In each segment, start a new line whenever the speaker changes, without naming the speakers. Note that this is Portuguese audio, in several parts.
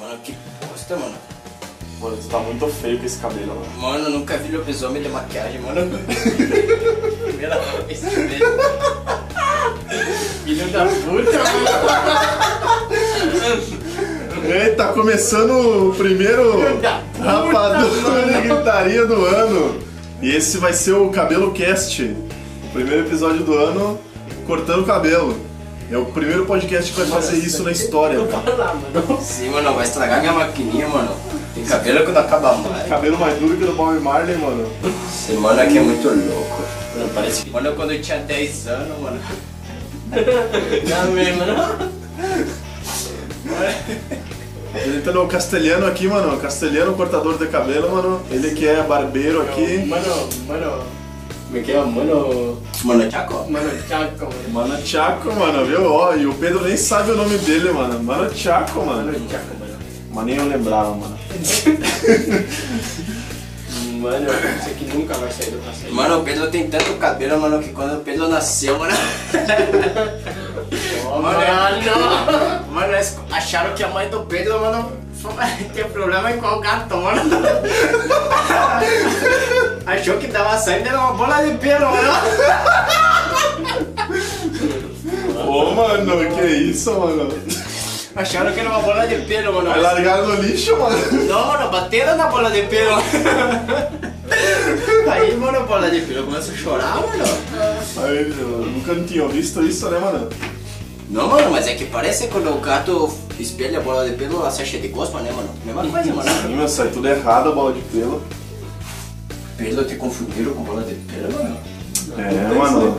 mano, que bosta, mano.
Mano, você tá muito feio com esse cabelo, mano.
Mano, eu nunca vi lobisomem de maquiagem, mano. Primeira vez que vejo. Filho da puta, mano.
Eita, tá começando o primeiro Rapadura e Gritaria do ano. E esse vai ser o Cabelo Cast. O primeiro episódio do ano, cortando o cabelo. É o primeiro podcast que vai fazer isso na história. cara.
Sim, mano, vai estragar minha maquininha, mano. Tem cabelo que não acaba mais.
Cabelo mais duro que o do Bob Marley, mano.
Esse mano aqui é muito louco. Mano, parece que... Mano, quando eu tinha 10 anos, mano. Não mesmo, não?
Apresentando o tá Castelhano aqui, mano. Castelhano, cortador de cabelo, mano. Ele que é barbeiro aqui.
Mano, mano,
Como é que é? Mano. Mano, Chaco?
mano, Chaco, mano.
Mano Chaco, mano, viu? Ó, e o Pedro nem sabe o nome dele, mano. Mano Chaco, mano.
Chaco, mano.
Mas nem eu lembrava, mano.
Mano, isso aqui nunca vai sair do passeio.
Mano, o Pedro tem tanto cabelo, mano, que quando o Pedro nasceu, mano. mano, mano, eles acharam que a mãe do Pedro, mano, tem problema com o gato, mano. Achou que dava sangue, era uma bola de pelo, mano.
Ô, mano, que isso, mano.
Acharam que era uma bola de pelo, mano.
Vai largar no lixo, mano.
Não, mano, bateram na bola de pelo. Aí, mano, a bola de pelo começa a chorar, mano.
Aí, eu nunca tinha visto isso, né, mano?
Não, mano, mas é que parece quando o gato espelha a bola de pelo, ela se acha de gosma, né, mano? Mesma coisa, mano.
Ih, meu, sai é tudo errado a bola de pelo.
Pedro te confundiram com bola de pelo, mano?
É, mano.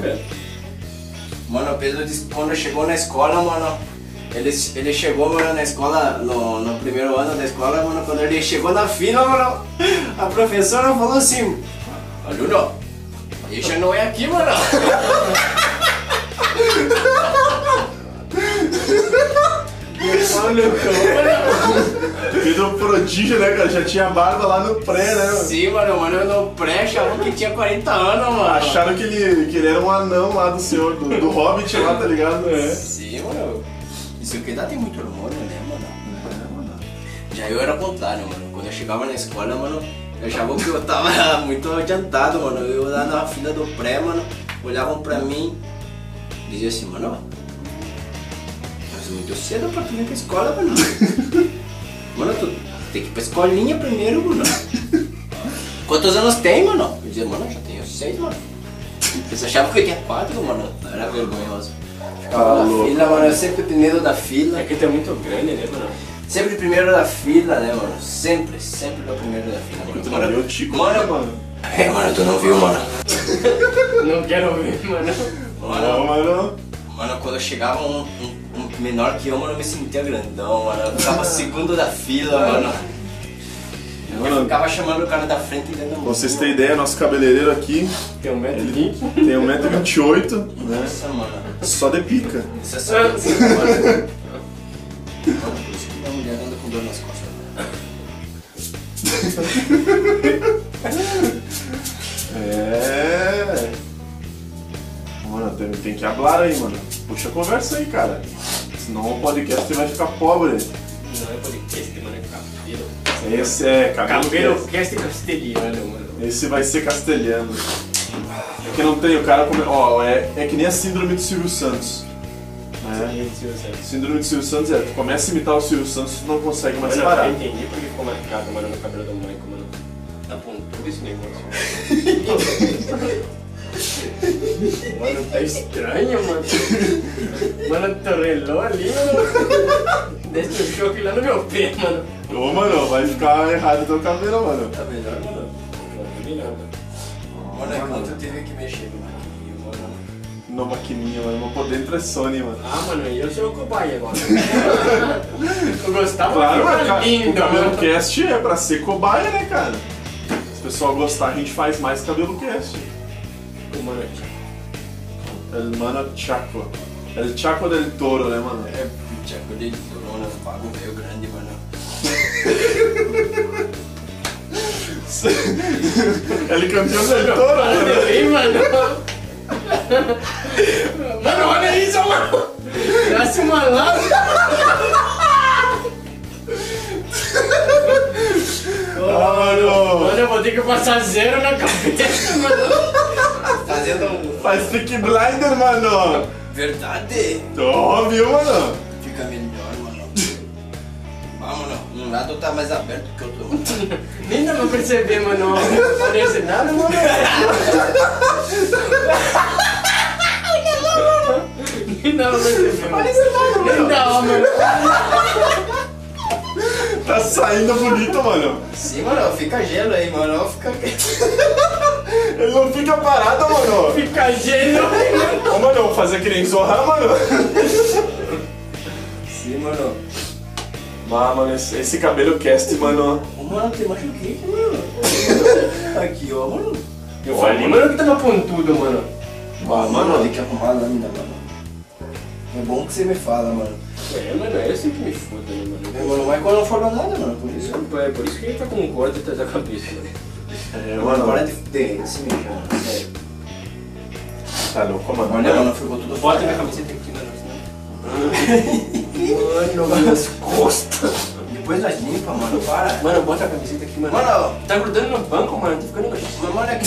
Mano, o Pedro disse que quando chegou na escola, mano. Ele, ele chegou, mano, na escola, no, no primeiro ano da escola, mano, quando ele chegou na fila, mano, a professora falou assim, aluno, deixa não é aqui, mano.
Pedro prodígio, né, cara? Já tinha barba lá no pré, né? mano?
Sim, É, mano, mano, eu não preste, aluno que tinha 40 anos, mano.
Acharam que ele, que ele era um anão lá do senhor, do, do Hobbit lá, tá ligado? É.
Sim, mano. Isso que dá tem muito hormônio, né, mano? Já eu era o contrário, mano. Quando eu chegava na escola, mano, eu achava que eu tava muito adiantado, mano. Eu lá na fila do pré, mano, olhavam pra mim e diziam assim, mano, mas muito cedo pra tu vir pra escola, mano. mano, tu tem que ir pra escolinha primeiro, mano. Quantos anos tem, mano? Eu dizia, mano, eu já tenho seis, mano. Eles achavam que eu tinha quatro, mano. Era vergonhoso. Ficava
Tá
na
louco,
fila, mano, eu sempre primeiro da fila.
É que tu é muito grande, né, mano?
Sempre primeiro da fila, né, mano? Sempre, sempre o primeiro da fila, mano.
Tu não viu o Tico, né,
mano.
mano?
É, mano, tu não viu, mano.
Não quero ouvir, mano.
Ó,
Mano,
mano.
mano, quando eu chegava um, um- um menor que eu, mano, eu me sentia grandão, mano. Eu ficava segundo da fila, mano. Eu
Mano,
ficava chamando o cara da frente e dando
pra vocês terem ideia, nosso cabeleireiro aqui
Tem um metro e vinte.
tem 1,28m, né?
Nossa, mano.
Só de pica.
Isso é só mano. Mano, por isso que minha mulher anda com dor nas costas, né? mano.
É. Mano, tem, tem que hablar aí, mano. Puxa a conversa aí, cara. Senão o podcast vai ficar pobre.
Não é podcast, mano, é cabelo.
Esse é cabelo.
Cabelo cast castelhano, mano.
Esse vai ser castelhano. É que não tem, o cara come... Ó, é, é que nem a síndrome do Silvio Santos. Né? Síndrome do Silvio Santos é, tu começa a imitar o Silvio Santos, tu não consegue mais
Mano,
parar.
eu entendi porque ficou marcado, mano, no cabelo do Michael, mano. Tá pontudo esse negócio. mano, tá estranho, mano. Mano, torrelou ali, mano. Desse um choque lá no meu pé, mano.
Ô mano, vai ficar errado teu cabelo, mano.
Tá melhor, mano? Mano, é quando tu teve que mexer no maquininho, mano.
Na maquininha, mano. Meu poder entra é Sony, mano.
Ah, mano, e eu sou o cobaia agora. eu gostava
Claro,
mano,
o ca- o
lindo,
cabelo
mano.
cast é pra ser cobaia, né, cara? Se o pessoal gostar, a gente faz mais cabelo cast.
Mano,
El É, mano Chaco. El Chaco del Toro, né, mano?
É, puta, quando ele falou, mano, eu pago meio grande, mano.
El campeão del Toro,
né?
né? mano.
Olha aí, mano. Mano, olha isso, mano. Nasce uma lava. no.
Mano, eu vou ter que passar zero na cabeça, mano.
Fazendo um.
Faz Peak Blinder, mano.
Verdade!
Ó, viu, mano?
Fica melhor, mano. Vamos, não. Um lado tá mais aberto que o outro. mano.
Nem dá pra perceber, mano. Não parece nada, mano. Nem dá pra perceber, mano. Nem dá, mano.
Tá saindo bonito, mano.
Sim, mano, fica gelo aí, mano. Fica.
Ele não fica parado, mano.
Fica gênio.
Ô, mano, eu vou fazer que nem Zohan, mano.
Sim, mano.
Ah, mano, esse, esse cabelo cast, mano.
Ô, mano, tem mais um que, mano? Aqui, ó, mano.
Eu falei, mano, que tava pontudo, mano.
Ah,
Mano, tem
mano.
que arrumar a lâmina, mano. É bom que você me fala, mano.
É, mano, é assim que me foda, né,
É,
mano?
mano, mas quando eu não falo nada, mano, por isso.
É por isso que ele tá com um corte atrás da cabeça, mano.
É,
Mano,
mano.
para de, de se mexer, mano. Sério.
Tá louco, mano.
Olha, mano, ficou tudo
Bota minha
fora.
camiseta aqui, mano.
Mano,
Nas costas.
Depois nós limpa, mano, para.
Mano, bota a camiseta aqui, mano.
Mano,
Tá grudando no banco, mano. Tá ficando nojento.
mas olha aqui.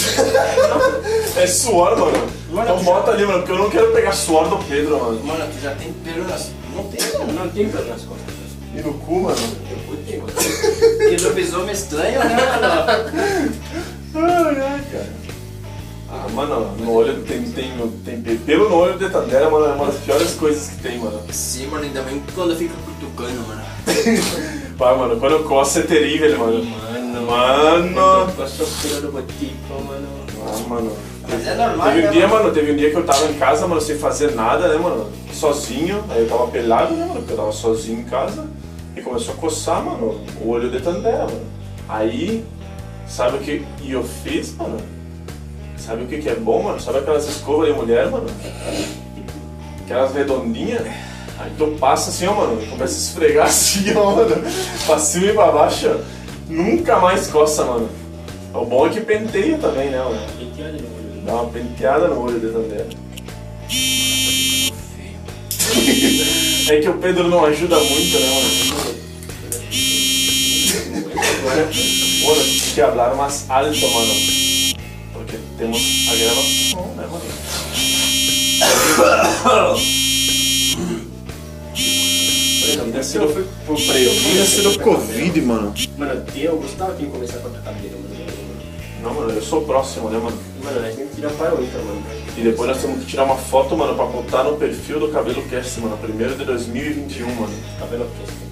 É suor, mano. Então bota ali, mano, porque eu não quero pegar suor do Pedro, mano.
Mano, tu já tem pelo nas... Não tem, mano.
Não tem pelo nas costas.
E no cu, mano.
Eu tenho.
Que lobisomem estranho, né, mano?
Ah, mano, no olho tem, tem, tem pelo no olho de Tandera, mano, é uma das piores coisas que tem, mano.
Sim, mano, ainda bem que quando fica cutucando, mano.
Pá, mano, quando eu coço é terrível, mano.
Mano.
Mano.
Passou pelo logotipo, mano.
Ah, mano.
Mas é normal,
Teve
né,
um dia,
mano?
mano, teve um dia que eu tava em casa, mano, sem fazer nada, né, mano? Sozinho, aí eu tava pelado, né, mano? Porque eu tava sozinho em casa. E começou a coçar, mano, o olho de Tandera, mano. Aí, sabe o que eu fiz, mano? Sabe o que que é bom, mano? Sabe aquelas escovas de mulher, mano? Aquelas redondinhas. Aí tu passa assim, ó, mano, e começa a esfregar assim, ó, mano. Pra cima e pra baixo, ó. Nunca mais coça, mano. O bom é que penteia também, né, mano?
Gente, olha no olho.
Dá uma penteada no olho de Tandera. É que o Pedro não ajuda muito, né, mano?
Agora.
Mano, tem que hablar mais alto, mano. Porque temos a gravação, né, mano? Tinha sido por
Tinha
prejuízo.
sido Covid, mano.
Mano, eu gostava que começar a cortar cabelo, mano.
Não, mano, eu sou próximo, né, mano?
Mano, a gente tem que tirar paroita, mano.
E depois nós temos que tirar uma foto, mano, pra botar no perfil do Cabelo Cast, mano. Primeiro de 2021, mano.
Cabelo fresco.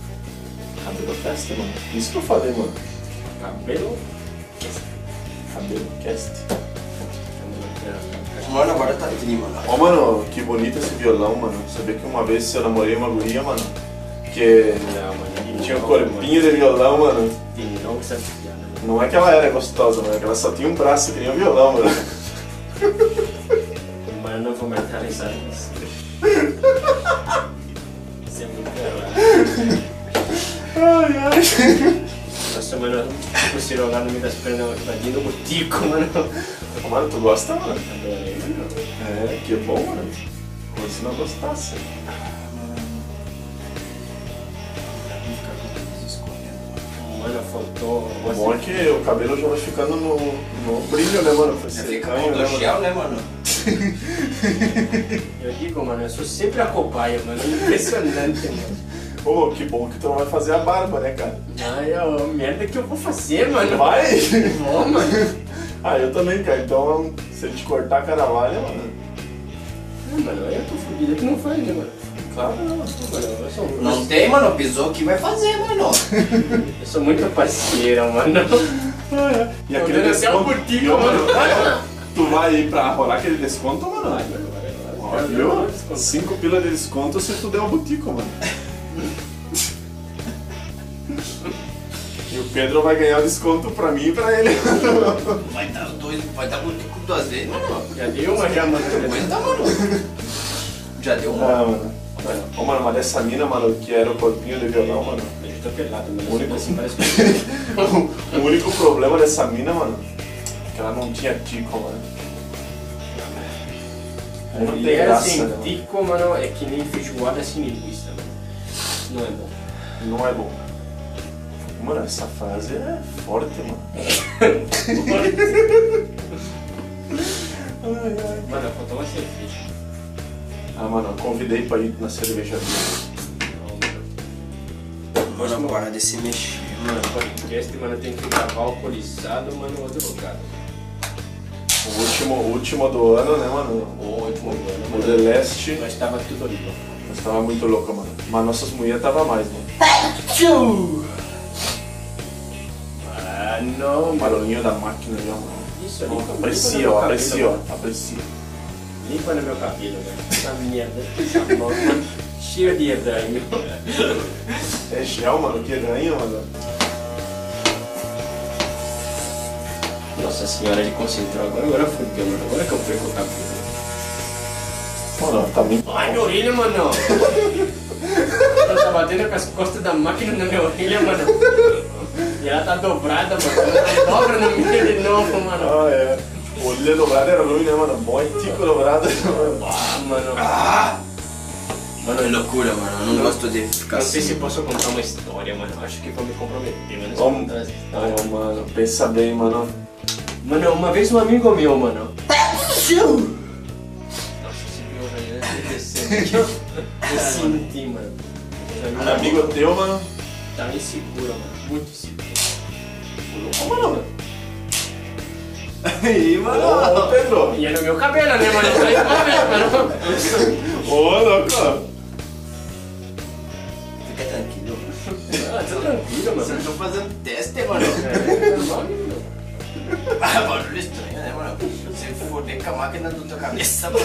Cabelo Cast, mano. Isso que eu falei, mano.
Cabelo
Cabelo Cast.
fresco.
Mano, agora tá tri, mano.
Ó, mano, que bonito esse violão, mano. Sabia que uma vez eu namorei uma guria, mano, que
Não, mano.
tinha um corpinho de violão, mano.
é Não, que sabe que né? mano.
Não é que ela era gostosa, mano, é que ela só tinha um braço que nem um violão, mano.
Mano, eu vou matar essa isso. Isso é muito caralho. Nossa, mano, eu consigo olhar no meio das pernas invadindo o botico, mano.
Ô, Mano, tu gosta, mano?
Adorei, mano.
É, que bom, mano. Como se não gostasse.
Mano, faltou.
O bom é que o cabelo já vai ficando no, no brilho, né, mano? Pra
Você
ser
fica
canho,
com
né,
do
mano?
gel, né, mano?
Eu digo, mano, eu sou sempre a cobaia, mano. Impressionante, mano.
Ô, que bom que tu não vai fazer a barba, né, cara?
Ai, ó, merda que eu vou fazer, mano.
Vai!
Vou, mano.
ah, eu também, cara. Então, se eu te cortar a caralho, mano...
Não, mano, eu tô fudido que não faz, né, mano?
Claro, né, mano?
Pô, Mano, eu sou,
Não tem, mano. Pisou aqui, vai fazer, mano.
eu sou muito parceira, mano.
E
Tô
aquele
vendo até o
desconto.
botico,
Não,
mano.
Tu vai ir pra rolar aquele desconto, mano?
Vai, mano, vai, vai,
Ó,
É, vai.
viu? 5 pila de desconto se tu der o botico, mano. E o Pedro vai ganhar o desconto pra mim e pra ele.
Vai dar os dois, vai dar muito com duas vezes, mano.
Já deu uma já, Tá, mano.
Aguenta, mano. Já deu uma.
Ah, mano. Ô, mano, mas dessa mina, mano, que era o corpinho do violão, mano.
Eu tô pelado, mano.
O único-
Assim, parece que...
O único problema dessa mina, mano, é que ela não tinha tico, mano. Aí não tem
Mulher
graça,
sem
né, mano?
tico, é assim, mano, é assim que nem feijoada sem linguiça, mano. Não é bom.
Não é bom. Mano, essa frase é forte, mano. Ai, ai.
Mano, faltou uma cerveja.
Ah, mano, eu convidei pra ir na cervejaria.
Mano, para de se mexer, mano.
Podcast, mano, tem que gravar alcoolizado, mano, ou drogado.
O último, o último do ano, né, mano?
Ou oito né, mano.
O The Last,
Nós tava tudo louco.
nós tava muito louco, mano. Mas nossas mulheres tava mais, né? mano.
Tchau!
Ah, não,
O
mano.
barulhinho da máquina já, mano.
Isso ali limpa-
Aprecia,
limpa no meu
ó,
cabelo,
aprecia, ó,
mano.
aprecia.
Limpa no meu cabelo, velho. Essa merda. Essa mão, mano. Cheio de edanho.
É gel, mano, que ganha, mano.
Nossa senhora, ele concentrou agora. Agora foi, mano. Agora que eu perco o cabelo.
Mano, tá muito.
Ai, minha orelha, mano! ela tá batendo com as costas da máquina na minha orelha, mano. E ela tá dobrada, mano. Ela tá dobra no meio de novo, mano.
Ah, é. O olho dobrado era ruim, né, mano? Mó tico dobrado, mano.
Ah, mano.
Mano, é loucura, mano. Eu não gosto de ficar
Não sei
assim.
se posso contar uma história, mano. Acho que vou me comprometer, mano. se eu
Vamos.
contar essa história.
Ô, mano, pensa bem, mano.
Mano, uma vez um amigo meu, mano.
Tchau!
Nossa, esse meu velho é decente. Eu senti, mano. Esse
Um amigo teu, mano.
Tava Tá inseguro, mano. Muito inseguro.
Ô, mano.
Aí, mano.
Ô, Pedro.
E é no meu cabelo, né, mano? Tá aí, mano.
Ô, louco.
Fica tranquilo.
Ah, tá tranquilo, mano. É,
Vocês estão fazendo teste, mano.
tá né, Mano,
Ah, barulho estranho, né, mano? Você foder com a máquina da tua cabeça, mano.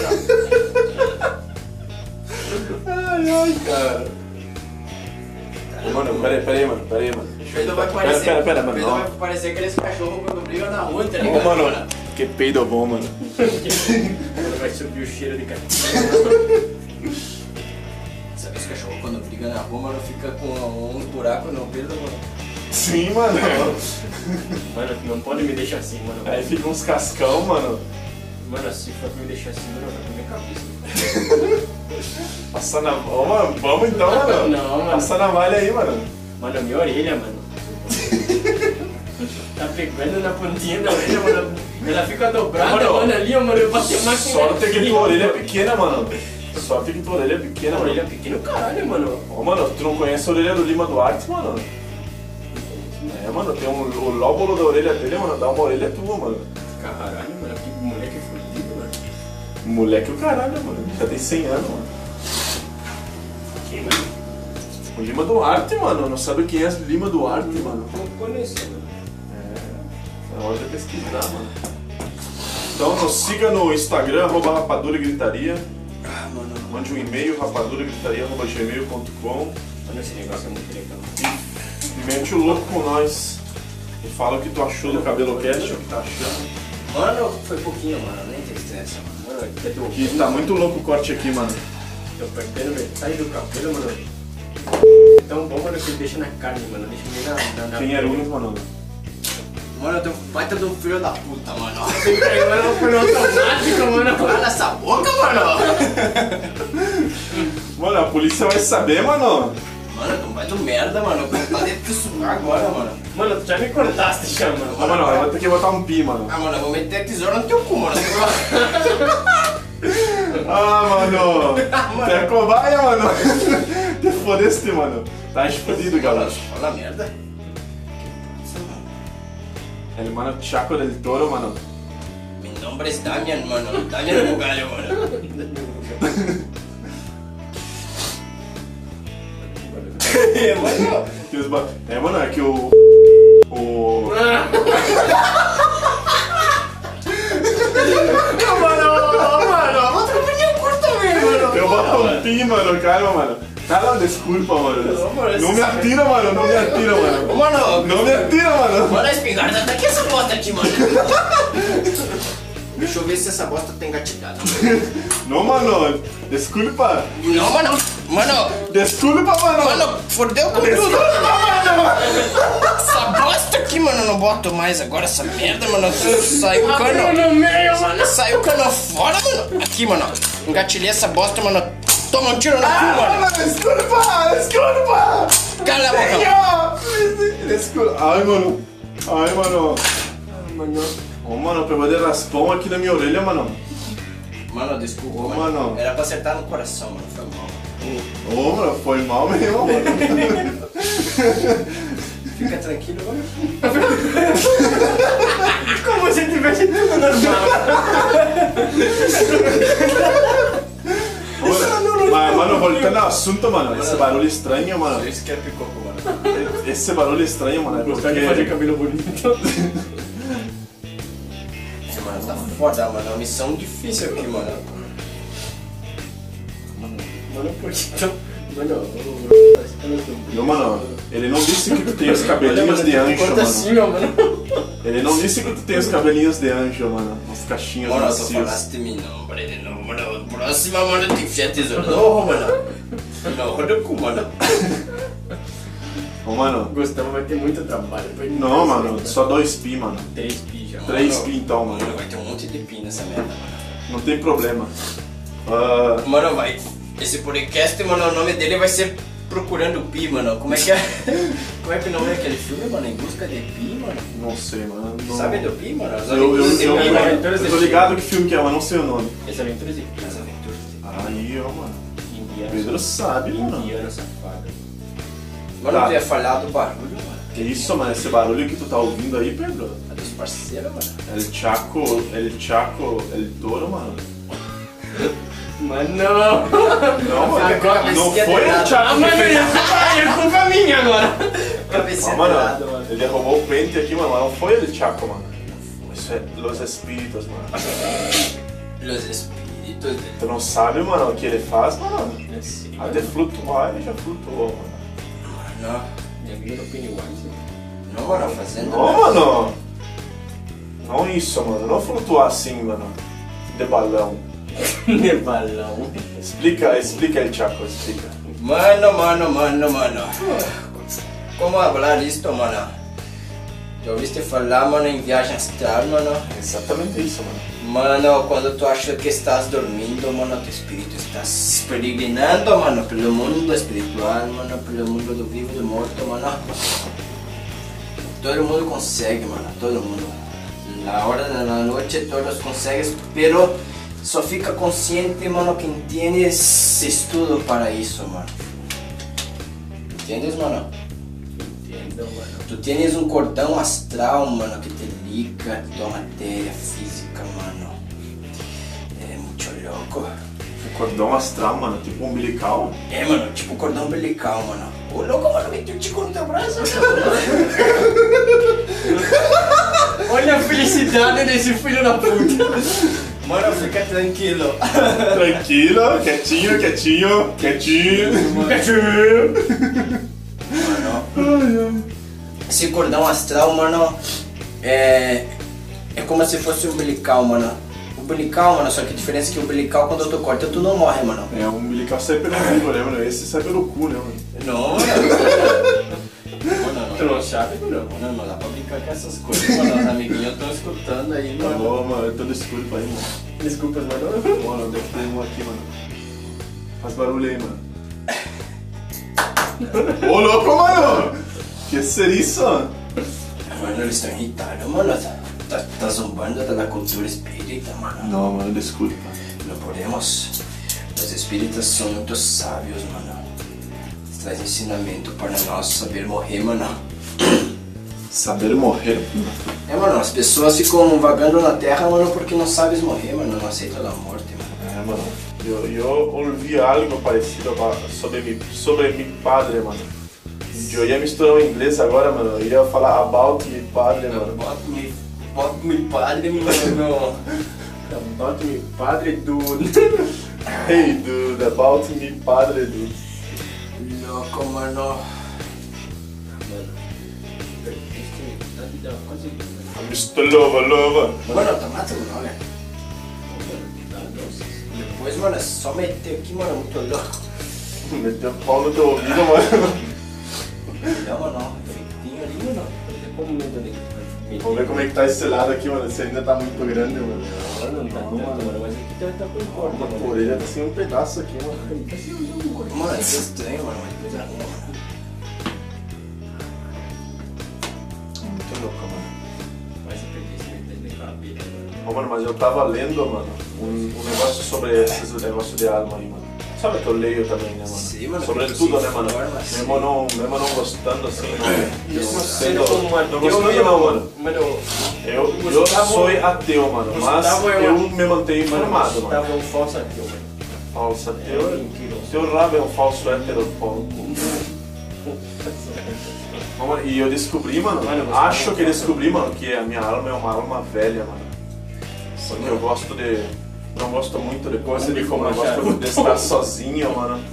Ai, ai, cara. Ô, mano, peraí, peraí, mano, peraí, mano.
Pedro vai
Pera,
parecer.
pera, pera, mano,
Pedro
não.
vai parecer aqueles cachorros quando brigam na rua, tá
Ô,
ligado?
mano, que peido bom, mano.
vai subir o cheiro de cachorro.
Sabe os cachorros quando brigam na rua, mano, fica com uns buracos no Pedro, mano.
Sim, mano.
Mano, não pode me deixar assim, mano.
Aí fica uns cascão, mano.
Mano, se for pra me deixar assim, mano, vai comer cabeça.
Passar na. Ô, mano, vamos então, mano.
Não, mano.
Passar na malha aí, mano.
Mano, minha orelha, mano. Tá pegando na pontinha da orelha, mano. Ela fica dobrada,
Mano,
mano, ali, ó, mano. Eu bati a máquina.
Sorte que
aqui,
tua
ó.
orelha é pequena, mano. Sorte que tua orelha é pequena,
Minha
mano.
orelha é pequena, caralho, mano.
Ô, mano, tu não conhece a orelha do Lima Duarte, mano? É, mano, tem um, o lóbulo da orelha dele, mano, dá uma orelha tua, mano.
Caralho, mano. Que moleque fudido, mano.
Moleque o caralho, mano, já tem 100 anos, mano.
Quem, mano?
O Lima Duarte, mano, não sabe quem é o Lima Duarte, mano.
Não conheço, mano.
É hora de pesquisar, mano. Então nos siga no Instagram, arroba rapadura e gritaria.
Ah, mano.
Mande um e-mail, rapaduragritaria.gmail.com
Mano, esse negócio é muito legal.
E mete o louco com nós. E fala o que tu achou do cabelo cast, o que tá achando.
Mano, foi pouquinho, mano. Nem tem estresse, mano.
Mano, eu tô-
Que tá muito louco o corte aqui, mano.
Eu perdendo metade do cabelo, mano. Tão bom, mano, que deixa na carne, mano. Deixa meio na. na, na
Quem era o único, mano?
Mano, eu tenho um baita de um filho da puta, mano.
Mano, foi no automático, mano.
Olha essa boca, mano.
Mano, a polícia vai saber, mano.
Mano, um tu vai do merda, mano. Eu vou tá dentro do sugar agora, mano.
Mano, tu já me cortaste já, mano.
Ah, mano, vai ter que botar um pi, mano.
Ah, mano, eu vou meter a tesoura no teu cu, mano.
Ah, mano. Tu é cobaia, mano. Te fodeste, mano. Tá explodido, galera.
Olha a merda.
El mano Chaco del Toro, mano.
Mi nombre es um Damian, mano. Damian Bugalho, mano. mano.
Que os ba- É, mano, é que o... O... Eu boto um pi, mano, calma, mano. Cara, desculpa, mano. Não me atira, mano, não me atira, mano.
Mano,
Não me atira, mano.
mano, a espingarda tá aqui essa bosta aqui, mano. Deixa eu ver se essa bosta tá tem gatilhado.
Não, mano. Desculpa.
Não, mano. Mano,
Desculpa, mano.
mano, fodeu com tudo. Essa bosta aqui, mano, eu não boto mais agora essa merda, mano. Saiu o cano.
no meio, mano.
Saiu o cano fora, mano. Aqui, mano. Engatilhei essa bosta, mano. Toma um tiro no cu,
Ah,
mano.
mano, desculpa, desculpa.
Cala a boca.
Senhor, escuro. Ai, mano. Ai, mano.
Mano,
Ô, mano, eu peguei de raspão aqui na minha orelha, mano.
Mano, desculpa,
Ô,
mano.
mano.
Era pra acertar no coração, mano. Foi mal.
Ô, mano, foi mal mesmo, mano.
Fica tranquilo, mano.
Como se tivesse tudo normal.
mano. Mas, mano, voltando ao assunto, mano. Esse barulho estranho, mano.
Isso que é picoco, mano.
Esse barulho estranho, mano. é
Gostar de fazer
porque-
cabelo bonito.
Esse, mano, tá foda, mano. É uma missão difícil aqui, mano.
Mano, por que então? Mano, o tá ficando tudo.
Não, mano, ele não disse que tu tem os cabelinhos
Mano,
de
tu
anjo,
corta
mano.
assim, ó, mano.
Ele não disse que tu tem os cabelinhos de anjo, mano. Os cachinhos
Mano, tu
macios.
falaste mi nombre de número. Próxima, mano, tem que tesouro no ojo, mano. No ojo do cu, mano.
Ô, mano.
Gustavo vai ter muito trabalho. pra ele
Não,
fazer,
mano, só dois pi, mano.
Três pijas.
Três pi então,
Mano,
mano.
vai ter um monte de pin nessa merda, mano.
Não tem problema. Ah,
Mano, vai. Esse podcast, mano, o nome dele vai ser Procurando Pi, mano. Como é que é? Como é que o nome daquele filme, mano? Em busca de Pi, mano.
não sei, mano. Não...
Sabe do Pi, mano? As
Eu, eu,
aventuras de
eu,
Pi,
As
mano.
aventuras
eu
de
tô
Pi.
ligado que filme que é, mas não sei o nome.
Esse aventura de pijas.
As aventuras de
Aí, ó, mano. O
Indiana.
Pedro sabe, mano.
Indiana safada.
Pi. Mano,
Tá.
tu ia falar do barulho, mano.
Que isso, mano? Esse barulho que tu tá ouvindo aí, Pedro?
A dos parceiros, mano.
El Chaco, El Chaco, El Toro, mano.
Mano, não.
Não, mano.
Agora
vai
Não
ser
foi El
atirado.
Ah,
Chaco que
mano,
fez
é culpa- é culpa minha agora.
Cabeceira
Ó,
errada,
mano,
é mano.
ele derrubou o pente aqui, mano, mas não foi ele, Chaco, mano. Isso é Los Espíritos, mano.
Los espíritus del...
Tu não sabe, mano, o que ele faz, mano?
Eu sei, mano.
Até flutuar ele já flutuou, mano.
Não,
Minha assim. amiga do Pennywise.
não, mano, fazendo...
Não, mano! Não isso, mano. Não flutuar assim, mano. De balão.
De balão.
Explica, explica aí, Chaco, explica.
Mano, mano, mano, mano. Como hablar isto, mano? Já ouviste falar, mano, em viagem astral, mano?
É Exatamente isso, mano.
Mano, quando tu acha que estás dormindo, mano, teu espírito está se peregrinando, mano, pelo mundo espiritual, mano, pelo mundo do vivo e do morto, mano. Todo mundo consegue, mano, todo mundo. Na hora da na noite todos conseguem, pero só fica consciente, mano, quem tem esse estudo para isso, mano. Entendes, mano?
Entendo, mano.
Tu tens um cordão astral, mano, que te liga à tua matéria física, mano. É muito louco.
O cordão astral, mano, tipo umbilical.
É, mano, tipo cordão umbilical, mano. Ô, louco, mano, meteu o tico no teu braço, mano.
Olha a felicidade desse filho da puta.
Mano, fica tranquilo.
Tranquilo, quietinho, quietinho, quietinho.
Cachorro.
Esse cordão astral, mano, é. É como se fosse o umbilical, mano. O umbilical, mano, só que a diferença é que o umbilical, quando tu corta, tu não morre, mano.
É, o umbilical sai pelo umbigo, né, mano? Esse sai pelo cu, né, mano?
Não, mano. Mano,
Tu não sabe, Bruno?
Mano, não dá pra brincar com essas coisas.
Coisa, mano, os amiguinhos estão escutando aí,
É.
Tá
mano.
bom, mano, eu tô no escuro pra ir, mano.
Desculpas, mano.
Mano, deve ter um aqui, mano. Faz barulho aí, mano. Ô louco, mano! Que ser isso?
Mano, eles estão irritados, mano. Tá, tá, tá zombando da cultura espírita, mano.
Não, mano, desculpa.
Não podemos. Os espíritas são muito sábios, mano. Eles trazem ensinamento para nós saber morrer, mano.
Saber morrer.
É, mano, as pessoas ficam vagando na terra, mano, porque não sabem morrer, mano. Não aceitam a morte, mano.
É, mano. Eu, eu ouvi algo parecido pa- sobre mi, sobre mi padre, mano. E Eu ia misturar o inglês agora, mano. Eu ia falar about mi padre, mano.
Bota-me, bota-me padre, mano.
Bota-me padre do...
Hey, dude, about mi padre, dude.
Louco, mano.
Mr. Lova, Lova.
Mano, tá matando, não, né? Depois, mano, é só meter aqui, mano, muito louco.
Meteu pau no teu ouvido, mano.
Não, mano, feitinho ali, mano.
Como não tô nem...
Vamos ver como é que tá esse lado aqui, mano. Esse ainda tá muito grande, mano.
Mano, não tá tanto, mano, mas aqui tá- tá com
Pô,
corda,
Uma
mano.
orelha tá sem um pedaço aqui, mano.
eh? Mano, isso é estranho, mano. Mas coisa boa, mano.
Ô, mano, mas eu tava lendo, mano, um, um negócio sobre esses negócio de arma aí, mano. Sabe que eu leio também, né, mano?
Sim, mano,
Sobre
que
tudo,
se
né, mano?
informa, sim.
Mesmo não, mesmo não gostando, assim, não.
Eu
não
sei
sendo-
como uma-
Não
é eu-
gostando,
eu-
não, mano.
Mano, eu
Eu, eu
Gustavo-
sou ateu, mano, mas
Gustavo é
eu
um-
me mantenho informado, mano.
tava um falso aqui, mano.
Falso ateu.
É incrível.
Seu rabo é um falso hétero, pô. Mano, E eu descobri, mano,
Mano, você
acho
não
que
quer.
descobri, mano, que a minha alma é uma alma velha, mano. Porque eu gosto de. Não gosto muito de coisa de como eu
fumar
gosto de
charuto.
estar sozinho, mano.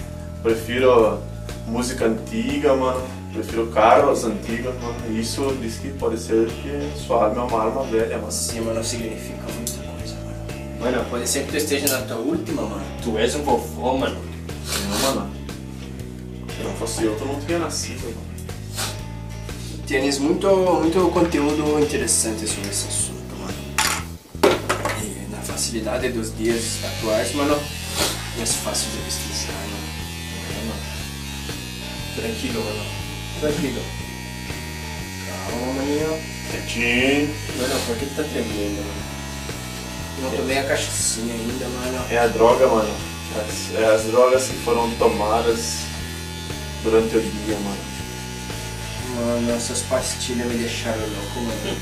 Prefiro música antiga, mano. Prefiro carros antigos, mano. Isso diz que pode ser que sua alma é uma alma velha, mano.
Sim, mano, significa muita coisa, mano.
Mano,
Pode ser que tu esteja na tua última, mano.
tu és um vovô, mano.
Não, mano. Se não fosse eu, tu não teria nascido, mano.
Tienes muito, muito conteúdo interessante sobre esse assunto, mano. E na facilidade dos dias atuais, mano, é fácil de pesquisar, mano.
Tranquilo, mano. Tranquilo. Calma, maninho.
Quietinho.
Mano, por que tu tá tremendo, mano?
Não tomei a cachaçinha ainda, mano.
É a droga, mano. As, é as drogas que foram tomadas durante o dia, mano.
Mano, essas pastilhas me deixaram louco, mano.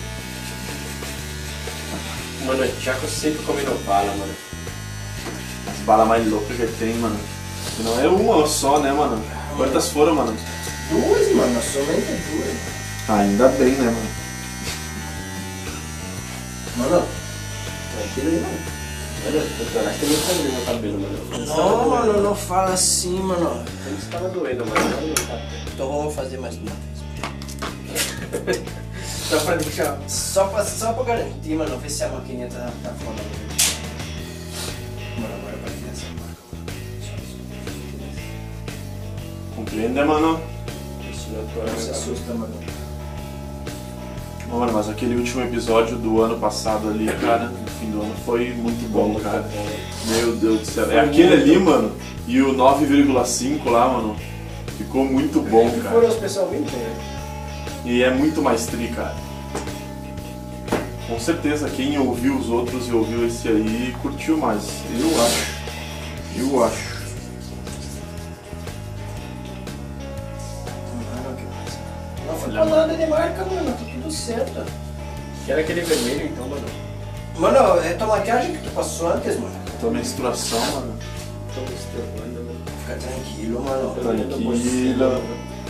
Mano, o Chaco sempre comendo bala, mano.
As balas mais loucas que tem, mano. Não é uma só, né, mano? Quantas foram, mano?
Duas, mano, somente é duas.
Ainda bem, né, mano?
Mano, tranquilo aí, mano.
Mano, eu tô acho que eu nem comi meu cabelo, mano.
Não, mano, não fala assim, mano.
Antes tava doendo, mano. Agora não tá.
Então vamos fazer mais uma vez.
Só pra deixar.
Só pra, só pra garantir, mano, vê se a maquininha tá, tá foda. Mano, agora vai ter essa marca, mano. Só
Compreende, né, mano?
Isso
isso.
meu
Não se
coração.
assusta, mano.
Ô, Mano, mas aquele último episódio do ano passado ali, cara, no fim do ano, foi muito bom, cara. Meu Deus do céu. É aquele ali, mano, e o 9,5 lá, mano. Ficou muito bom, cara.
Foram os pessoal bem né?
E é muito mais tri, cara. Com certeza, quem ouviu os outros e ouviu esse aí, curtiu mais. Eu acho. Eu acho.
Mano, que coisa. Não foi pra nada de marca, mano, tá tudo certo.
Que era aquele vermelho, então, mano.
Mano, é tua maquiagem que tu passou antes, mano.
Tua menstruação, mano.
Tô me estrelando, mano.
Fica tranquilo, mano.
Tranquila.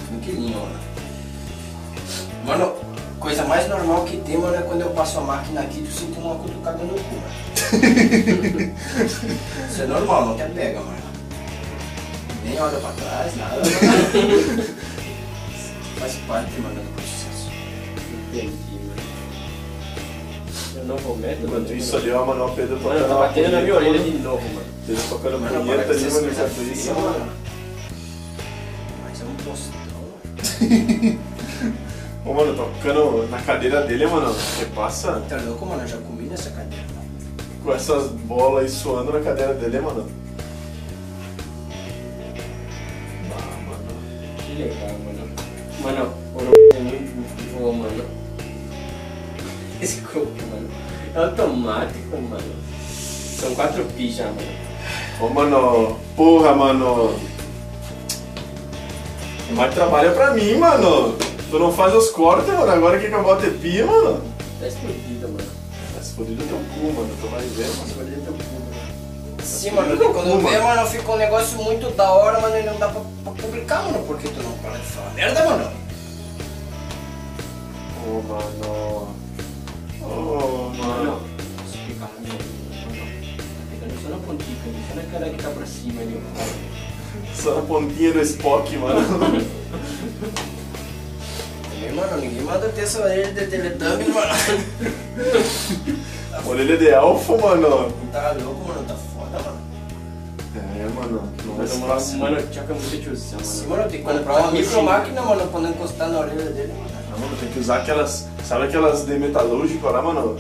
Tranquilinho, mano. Mano, coisa mais normal que tem, mano, é quando eu passo a máquina aqui tu sinto uma cutucada no cu, mano. Isso é normal, não te pega, mano. Nem olha pra trás, nada. mano. Faz parte, mano, do processo.
Entendi, mano. Eu não vou medo, mano.
Enquanto isso ali, ó, mano, o Pedro
Mano,
tocando
tá
uma
batendo na minha
punheta,
orelha
mano.
de novo, mano.
Pedro tocando
Mano, para
mano, punheta
com
ali,
essas
mano,
coisas
enquanto isso,
feias,
mano.
mano. Mas é um postão, mano.
Ô, mano, tocando na cadeira dele, mano. Você passa
Tá louco, mano? Eu já comi nessa cadeira, mano.
com essas bolas aí suando na cadeira dele, mano. Ah, mano.
Que legal, mano. Mano, o é muito bom, mano. Desculpa, mano. É automático, mano. São quatro pis já, mano.
Ô, mano, porra, mano. Mais trabalho pra mim, mano. Tu não faz os cortes, mano. Agora que acabou a tepia, mano.
Tá explodido, mano.
Vai se foder do teu cu, mano. Tu vai ver, mano.
Sim, mano, porque quando eu
Mano.
ver, mano, fica um negócio muito da hora, mano, e não dá pra, pra publicar, mano, né? porque tu não para de falar merda, mano.
Ô, mano. Ô, mano.
Mano, isso fica na minha orelha, mano. Tá pegando só na pontica, deixa na cara que tá pra cima ali, mano.
Só na pontinha do Spock, mano.
Também, mano, ninguém manda ter essa orelha de teletubbing, mano.
Orelha de elfo, mano.
Tá louco, mano, tá foda, mano.
É, mano. Não é
Mano,
fácil.
mano, mano, o Tchaka é muito tiozão,
Sim,
mano.
mano, tem que comprar uma micro máquina, mano, pra não encostar na orelha dele, mano.
Ah, mano, tem que usar aquelas. Sabe aquelas de metalúrgico lá, mano?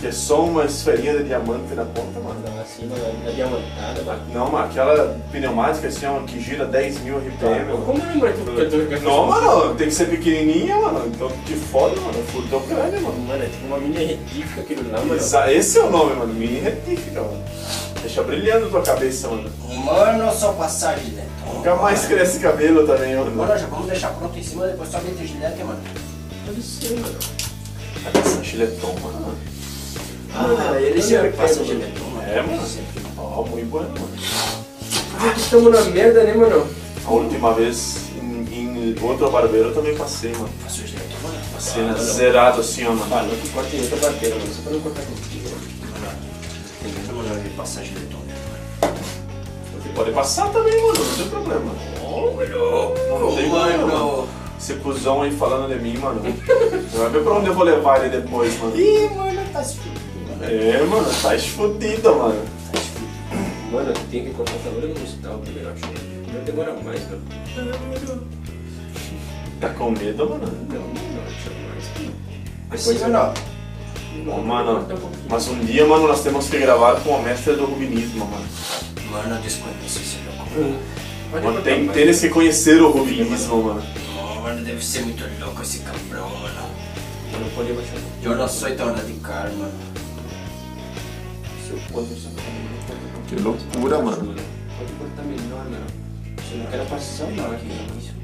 Que é só uma esferinha de diamante na ponta, mano.
Não, assim, mano, é diamantada, mano.
Não, mano, aquela pneumática assim, ó, que gira 10 mil RPM, mano.
Tá. Como lembra tu que é eu tô que
Não, mano, tem que ser pequenininha, mano. Então, de foda, mano. Furtou grande, mano.
Mano, é tipo uma mini retífica aquilo lá, mano.
Exa- Esse é o nome, mano. Mini retífica, mano. Deixa brilhando tua cabeça, mano.
Mano, só passagem de letra.
Nunca
é?
mais cresce cabelo também, mano.
Mano, já vamos deixar pronto em cima, depois só mete o gilete, mano.
Deve ser, mano.
Essa chiletom, mano.
Ah, ele
é
sempre passa o
mano.
gilete, mano.
É, mano.
Sempre.
Ó, muito bom, mano.
Estamos na merda, né, mano?
A última vez em, em outro barbeiro eu também passei, mano.
Passa o gilete, mano.
Passei né, zerado assim, ó, mano.
Falou que corta em outra barbeira, mano. Só pra não cortar contigo, mano.
Tem muita mulher que passa gilete, mano.
Você pode passar também, mano. Não tem problema. Não tem problema. mano.
Mano,
Esse cuzão aí falando de mim, mano. Você vai ver pra onde eu vou levar ele depois, mano.
ih, mano, tá se fudendo, mano.
É, mano, tá esfudida, mano.
Mano, tem que cortar o cabelo no hospital primeiro, acho. que Não demora mais, mano.
Tá com medo, mano?
Não, não, deixa mais.
Precisa não.
Ô, mano, mas um dia, mano, nós temos que gravar com a mestra do rubinismo, mano.
Mano, eu desconheço esse louco.
Mano, tem, temos que conhecer o rubinismo, mano.
Mano, deve ser muito louco esse cabrão, mano.
Eu não podia baixar.
Eu não sou tão radical, mano.
Se eu fosse, eu só
Que loucura, mano.
Pode cortar melhor, mano. Eu não quero passar mal aqui, mano.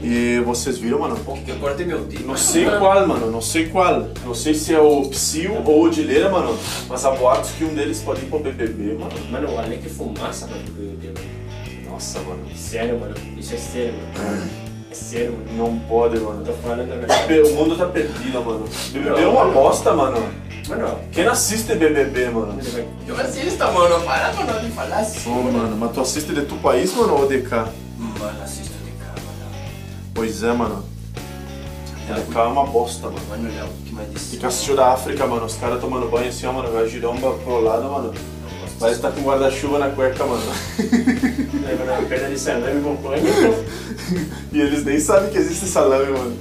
E vocês viram, mano? Pô,
Porque eu cortei meu dedo.
Não sei qual, mano, não sei qual. Não sei se é o Psyu ou o Dileira, mano. Mas há boatos que um deles pode ir pro BBB, mano.
Mano, olha que fumaça, mano, do BBB, mano.
Nossa, mano.
Sério, mano. Isso é sério, mano. É sério, mano.
Não pode,
Eu
mano.
tô falando né? a verdade.
O mundo tá perdido, mano. BBB é uma bosta, mano.
Mano,
Quem não assiste BBB, mano?
você vai...
Eu assisto, mano. Para, mano, de falar assim.
mano, mas tu assiste de tu país, mano, ou de cá?
Mano, assisto de cá, mano.
Pois é, mano.
O cara é uma bosta, mano.
Mano, ele é a última
E
edição.
que assistiu da África, mano. Os caras tomando banho assim, ó, mano. Vai giromba pro lado, mano. Parece que tá com guarda-chuva na cueca, mano.
Lembra a perna de salame né? com pão, mano.
E eles nem sabem que existe salame, mano.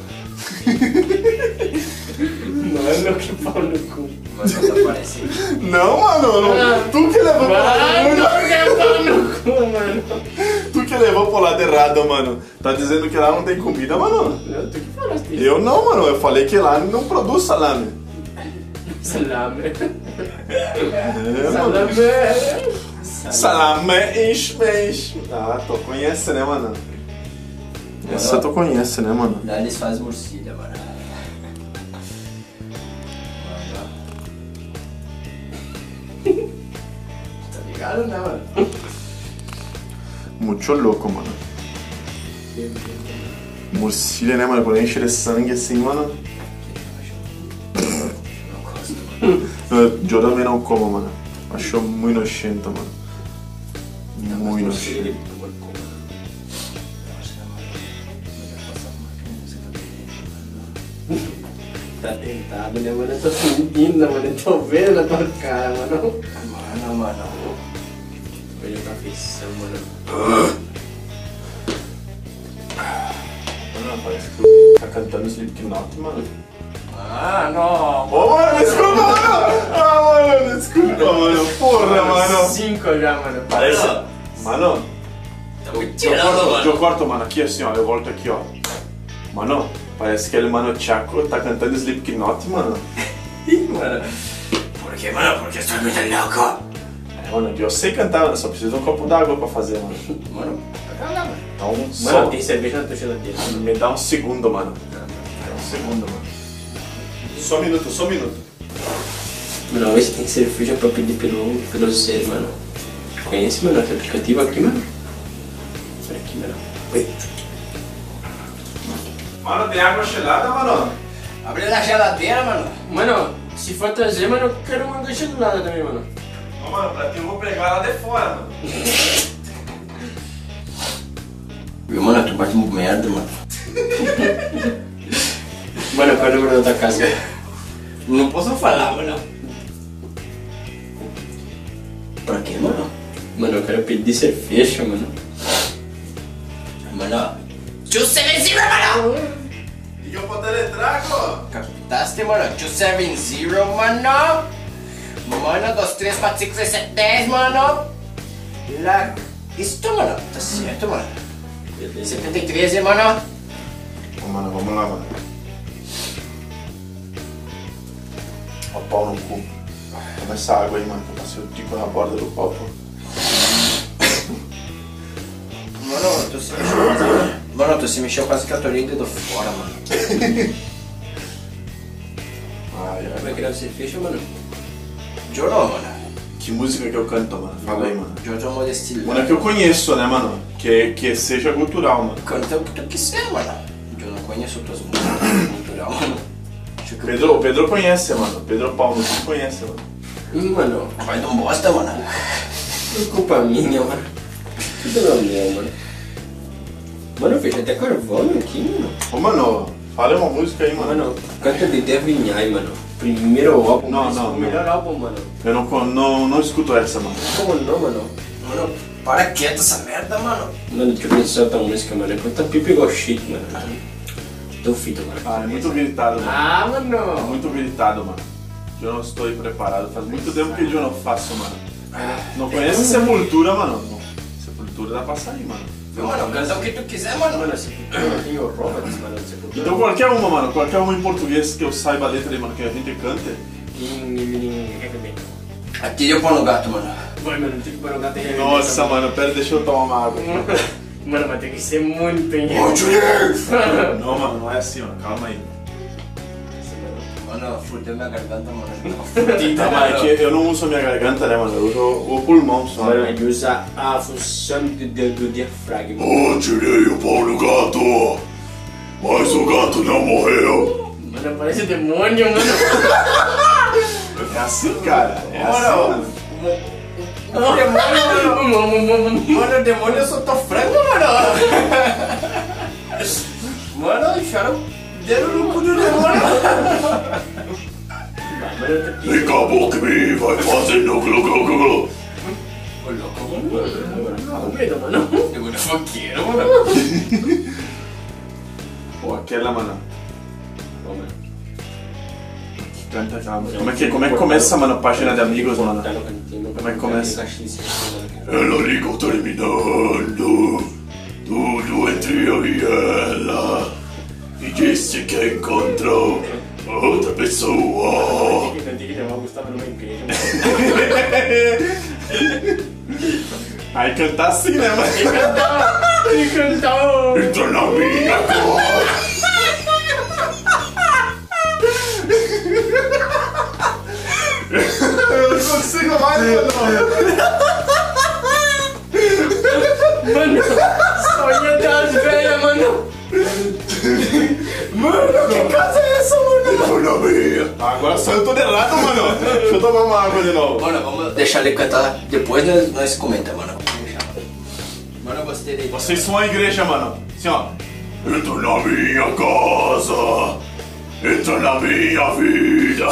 Mano, é que pau no cu. Ah.
Mano, tá parecendo.
Não, mano, não- tu que levou pro lado errado.
que pau no cu, mano.
Tu que levou pro lado errado, mano. Tá dizendo que lá não tem comida, mano.
Não, tu que falaste isso?
Eu não, mano. Eu falei que lá não produz salame.
Salame.
É, mano.
Salame.
Salame enche, Ah, tu conhece, né, mano? Essa tu conhece, né, mano?
Lá eles fazem morcilha, mano. Mano. Tá ligado, né, mano?
Muito louco, mano. Murcilha, né, mano? Quando enche de sangue assim, mano.
Não gosto, mano.
Eu, eu também não como, mano. Achou muito nojento, mano. Muito nojento.
Eu acho que é mano. Melhor passar por uma criança que eu tenho, mano.
Tá tentado, né, mano? Eu tô sentindo, mano. Eu tô vendo na tua cara, mano.
Mano, mano.
Olha tá afeição, mano.
Mano, parece que o tá cantando Slipknot, mano.
Ah, não.
Ô, mano, desculpa, mano! Ah, mano, desculpa, mano. Porra, mano.
Cinco já, mano.
Parece. Mano,
Tá me
eu
tirando,
corto,
mano.
eu corto, mano, aqui assim, ó. Eu volto aqui, ó. Mano, parece que ele, mano, Chaco tá cantando Slipknot, mano.
mano. Por que, mano? Porque estou muito louco.
É, mano, eu sei cantar, mano. Só preciso de um copo d'água pra fazer, mano.
Mano,
Então,
Mano,
só.
tem cerveja na tua geladeira.
Me dá um segundo, mano. Dá um segundo, mano. Só um minuto, só um minuto.
Mano, vê se tem cerveja pra pedir pelo, pelo ser, mano. Conhece, mano, esse aplicativo aqui, mano? Olha aqui, mano.
Mano, tem água gelada, mano.
abriu a geladeira, mano.
Mano, se for trazer, mano, eu quero uma gacha do lado também, mano.
Ô, mano, pra ti eu vou pregar lá de fora, mano.
Viu, mano? Tu bate muito merda, mano.
Mano, qual é o número da tua casa?
Não posso falar, mano. Pra quê, mano?
Mano, eu quero pedir cerveja, mano.
Mano, tio Celestino, mano!
Liga pro Teletraco!
Capitão. acertaste, mano. 270, mano. Mano, 2, 3, 4, 5, 6, 7, 10, mano. La... Isto, mano. Tá certo, mano. 73, hein, mano.
Ô, mano, vamos lá, mano. Ó, pau no cu. Toma essa água aí, mano, que eu passei o tico na borda do pau, pô.
Mano, tu se mexeu quase. Mano, tu se mexeu quase que eu atorei o dedo fora, mano.
Ai,
Como é
ai.
que deve ser fecha, mano?
Jorou, mano.
Que música que eu canto, mano? Fala aí, mano.
Jorou Modestilho.
Mano, é que eu conheço, né, mano? Que, que seja cultural, mano.
Canta o que tu quiser, mano. Eu não conheço tuas músicas cultural, mano. Acho que
Pedro, o Pedro conhece, mano. O Pedro Paulo não conhece, mano.
Hum, mano,
Vai dar um bosta, mano.
tudo culpa minha, mano. Tudo não minha, mano. Mano, eu vejo até carvão aqui, mano.
Ô, mano, fala uma música aí, mano.
Mano, canta de Devin Eye, mano. Primeiro álbum.
Não,
mas
não,
o
não.
Melhor álbum, mano.
Eu não, con- não, não escuto essa, mano.
Como não, mano?
Mano, para quieto essa merda, mano.
Mano, deixa eu pensar outra música, mano. É Canta Pipe Go Shit, mano. Tô fito, mano.
Ah, é muito gritado, mano.
Ah, mano.
Tá Muito gritado, mano. Eu não estou aí preparado. Faz muito tempo que eu não faço, mano. Não conheço Sepultura, mano. Sepultura dá pra sair, mano.
Viu, mano? Canta o que tu quiser, mano.
Mano, esse tem o Roberts, mano. Esse
Então qualquer uma, mano. Qualquer uma em português que eu saiba a letra, mano, que a gente cante.
Aqui eu pôr no gato, mano.
Vai, mano, tem que parar o gato aí.
Nossa, mano. Pera, deixa eu tomar uma água.
Mano, vai ter que ser muito, hein?
Ô, Julius!
Não, mano. Não é assim, mano. Calma aí.
Mano, fudeu minha garganta, mano.
Tá, mano. É que eu não uso a minha garganta, né, mano. Eu uso o pulmão só.
Mano,
né?
ele usa a função do, do, do diafragma.
Oh.
Eu tirei o pau do gato, mas o gato não morreu.
Mano, parece demônio, mano.
É assim, cara. É
Ora,
assim,
ó.
mano.
Mano, o demônio soltou frango, mano. Mano, enfiaram o dedo no cu do demônio.
E acabou que me vai fazendo glu glu glu glu.
Ô, louco, mano.
Com medo, mano.
Demônio foqueiro, mano.
Pô, aquela, mano.
Bom, mano,
Canta aquela, mano. Como é que, como é que começa, mano, a página de amigos, mano?
tá no cantinho.
Como é que começa?
Ela ligou terminando tudo entre eu e ela e disse que encontrou outra pessoa.
Tem que levar o Gustavo numa igreja, mano.
Aí cantar assim, né, mano?
Tem que cantar! Tem que cantar!
Entra na minha cor.
Eu não consigo mais, mano.
Mano, sonha das velhas, mano. Mano, que casa é essa, mano?
Entra na minha.
Agora só eu tô de lado, mano. Deixa eu tomar uma água de novo.
Mano, vamos deixar ele cantar. Depois nós, nós comenta, mano. Vamos deixar, mano. Mano, eu gostei dele.
Vocês são a igreja, mano. Assim, ó.
Entra na minha casa. Entra na minha vida.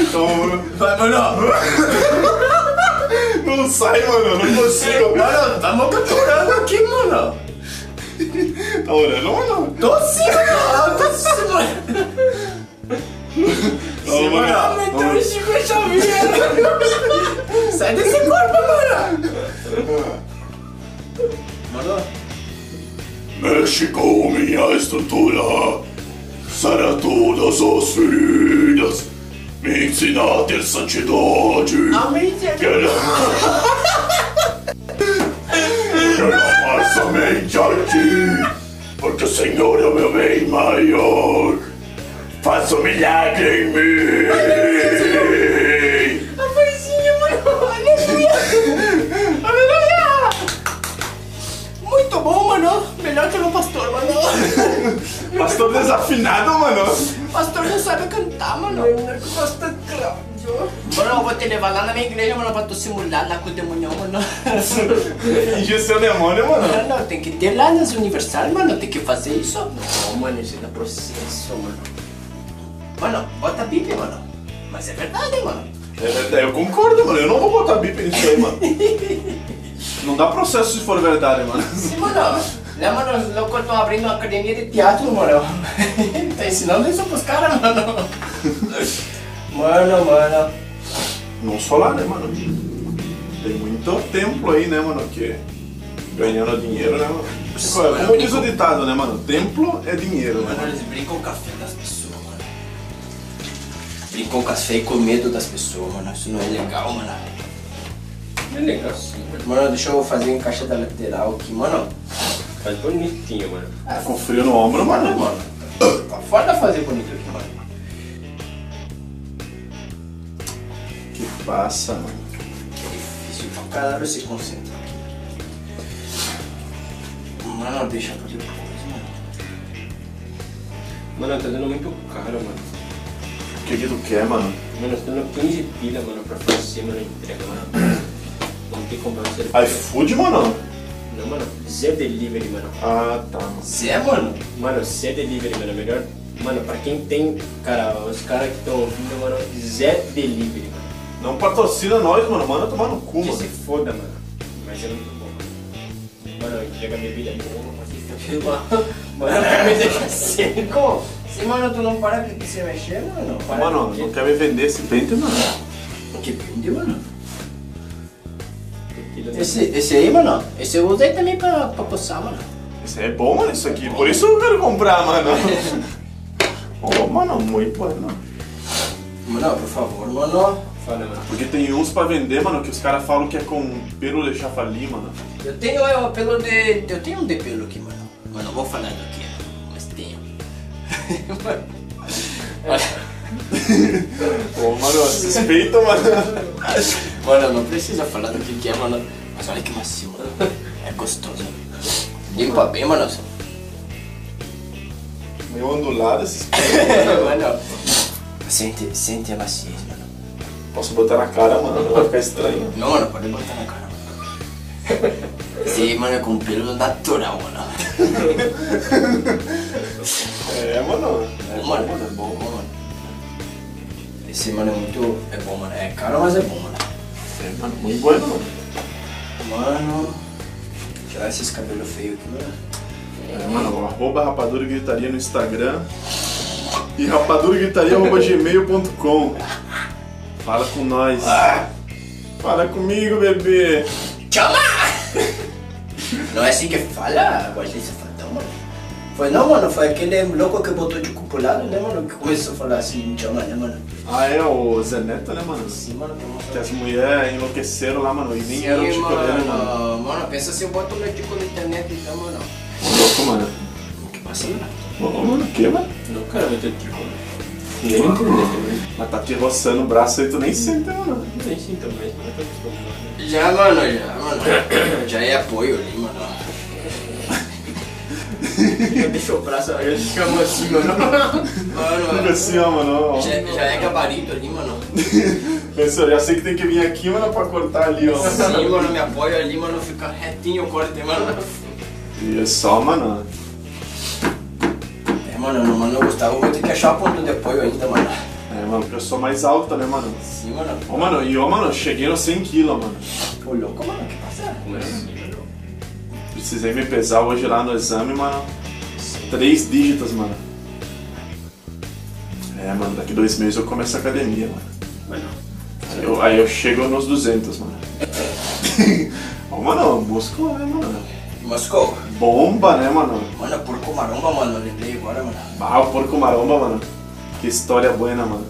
Então,
Vai, mano.
não sai, mano. Eu Não consigo.
Mano, tá louco atorando aqui, mano.
Tá orando, mano?
Tô sim, mano. Tô sim, mano.
Tá, mano.
Meteu o Chico Xavier. Sai desse corpo, mano. Mano,
Mexe com minha estrutura, sara todas as feridas, me ensina a ter santidade. Amém,
né?
Quero... Quero amar somente a ti, porque o Senhor é o meu bem maior. Faça um milagre em mim.
amorzinho, mano. Aleluia. Aleluia. Muito bom, mano. Melhor que o meu pastor, mano.
Pastor desafinado, mano.
O pastor não sabe cantar, mano.
Costa Cláudio.
Mano, eu vou te levar lá na minha igreja, mano, pra tu simular lá com o demônio, mano.
Fingir seu demônio, mano.
Mano, tem que ter lá nas Universal, mano, tem que fazer isso.
Não, mano, isso dá processo, mano.
Mano, bota a Bíblia, mano. Mas é verdade, mano.
É verdade, eu concordo, mano. Eu não vou botar bip nisso aí, mano. Não dá processo se for verdade, mano.
Sim, mano. Lembra loucos que estão abrindo uma academia de teatro, mano? tá ensinando isso pros caras, mano. Mano, mano.
Não só lá, né, mano? Tem muito templo aí, né, mano? Que ganhando dinheiro, né, mano? Tipo, é como diz o ditado, né, mano? Templo é dinheiro, né?
Mano,
mano?
eles brincam com o café das pessoas, mano. Brincam com o café e com o medo das pessoas, mano. Isso não é legal, mano.
Que legal, sim, mano.
Mano, deixa eu fazer um caixa da lateral aqui, mano.
Tá bonitinho, mano.
Com frio no ombro, mano.
Mano, tá foda fazer bonito aqui, mano.
Que passa, mano.
Difícil pra caralho se concentrar. Mano, deixa pra depois, mano.
Mano, tá dando muito caro, mano.
O que que tu quer, mano?
Mano, tá dando 15 pila, mano, pra fazer, mano, entrega, mano. Vamos ter que comprar um
Ah.
serviço.
iFood, mano?
Não, mano, Zé Delivery, mano.
Ah, tá. mano.
Zé, mano.
Mano, Zé Delivery, mano, é melhor. Mano, pra quem tem, cara, os caras que estão ouvindo, mano, Zé Delivery, mano.
Não patrocina nós, mano. Manda tomar no cu,
Que
mano.
se foda, mano. Mas é muito bom. Mano, Mano, entrega bebida boa, mano. que fica boa. Mano, me deixa seco.
Sim, mano, tu não para de se mexer, mano. Para
Mano, não quer me vender esse pente, mano?
Que vende, mano.
Tequila, né?
Esse, esse aí, mano, esse eu usei também pra, pra coçar, mano.
Isso aí é bom, mano, isso aqui. Por isso eu quero comprar, mano. oh, mano, muito bom, mano.
Mano, por favor, mano.
Fala, mano.
Porque tem uns pra vender, mano, que os caras falam que é com pelo de chafali, mano.
Eu tenho eu, eh, pelo de. Eu tenho um de pelo aqui, mano. Mas não vou falar do que é, mas tenho.
Ô, mano, respeita, mano.
Mano, não precisa falar do que que é, mano. Mas olha que macio, mano. É gostoso. Limpa bem, mano.
Meio ondulado esses
mano. Sente, sente a maciez, mano.
Posso botar na cara, mano, vai ficar estranho.
Não, mano, pode botar na cara, mano. Esse aí, mano, é com pelo natural, mano.
É, mano. É bom,
Mano,
mano, é bom.
mano. Esse, mano, é muito... É bom, mano. É caro, mas é bom, mano.
É, mano, muito bom, mano.
Mano... Tirar esses cabelos feios aqui, mano.
É, mano, arroba rapadura e gritaria no Instagram. E rapadura e gritaria arroba gmail.com. Fala com nós. Ah! Fala comigo, bebê.
Chama! Não é assim que fala, Guajista Fantasma? Foi não, mano, foi aquele louco que botou de cupulado, né, mano? Que começou a falar assim, chama, né, mano?
Ah, é o Zé Neto, né, mano?
Sim, mano, tem uma
Que as mulheres enlouqueceram lá, mano, e nem eram
Sim,
de coreano, mano.
mano. Mano, pensa se eu boto meu tico na internet, então, mano.
Ô, louco, mano.
O que passa, mano?
Ô, mano, o que, mano?
Não, cara, vai ter tipo.
Nem Mas tá te roçando o braço aí, tu nem senta, mano.
Não tem sinto mais, mano. Eu tô acostumado. né?
Já, mano, já, mano. já é apoio ali, mano.
Eu deixo o braço, eu deixo a mão assim, mano.
Fica
Mano,
assim, ó, mano. ó.
já, já é gabarito ali, mano.
Pensou, já sei que tem que vir aqui, mano, pra cortar ali, ó.
Sim, mano, me apoio ali, mano, fica retinho o corte, mano.
E é só, mano.
É, mano, não, mano, Gustavo, vou ter que achar o ponto de apoio ainda, mano.
É, mano, porque eu sou mais alta, né, mano?
Sim, mano.
Ô, mano, e ô, mano, cheguei nos 100 kg, mano.
Ô, louco, mano, que passa?
Como é assim, mano?
Precisei me pesar hoje lá no exame, mano. Três dígitos, mano. É, mano, daqui dois meses eu começo a academia, mano. Aí eu, aí eu chego nos 200, mano. Ô, mano, músculo, né, mano?
Moscou.
Bomba, né, mano?
Mano, porco maromba, mano, lembrei agora, mano.
Ah, o porco maromba, mano. Que história buena, mano.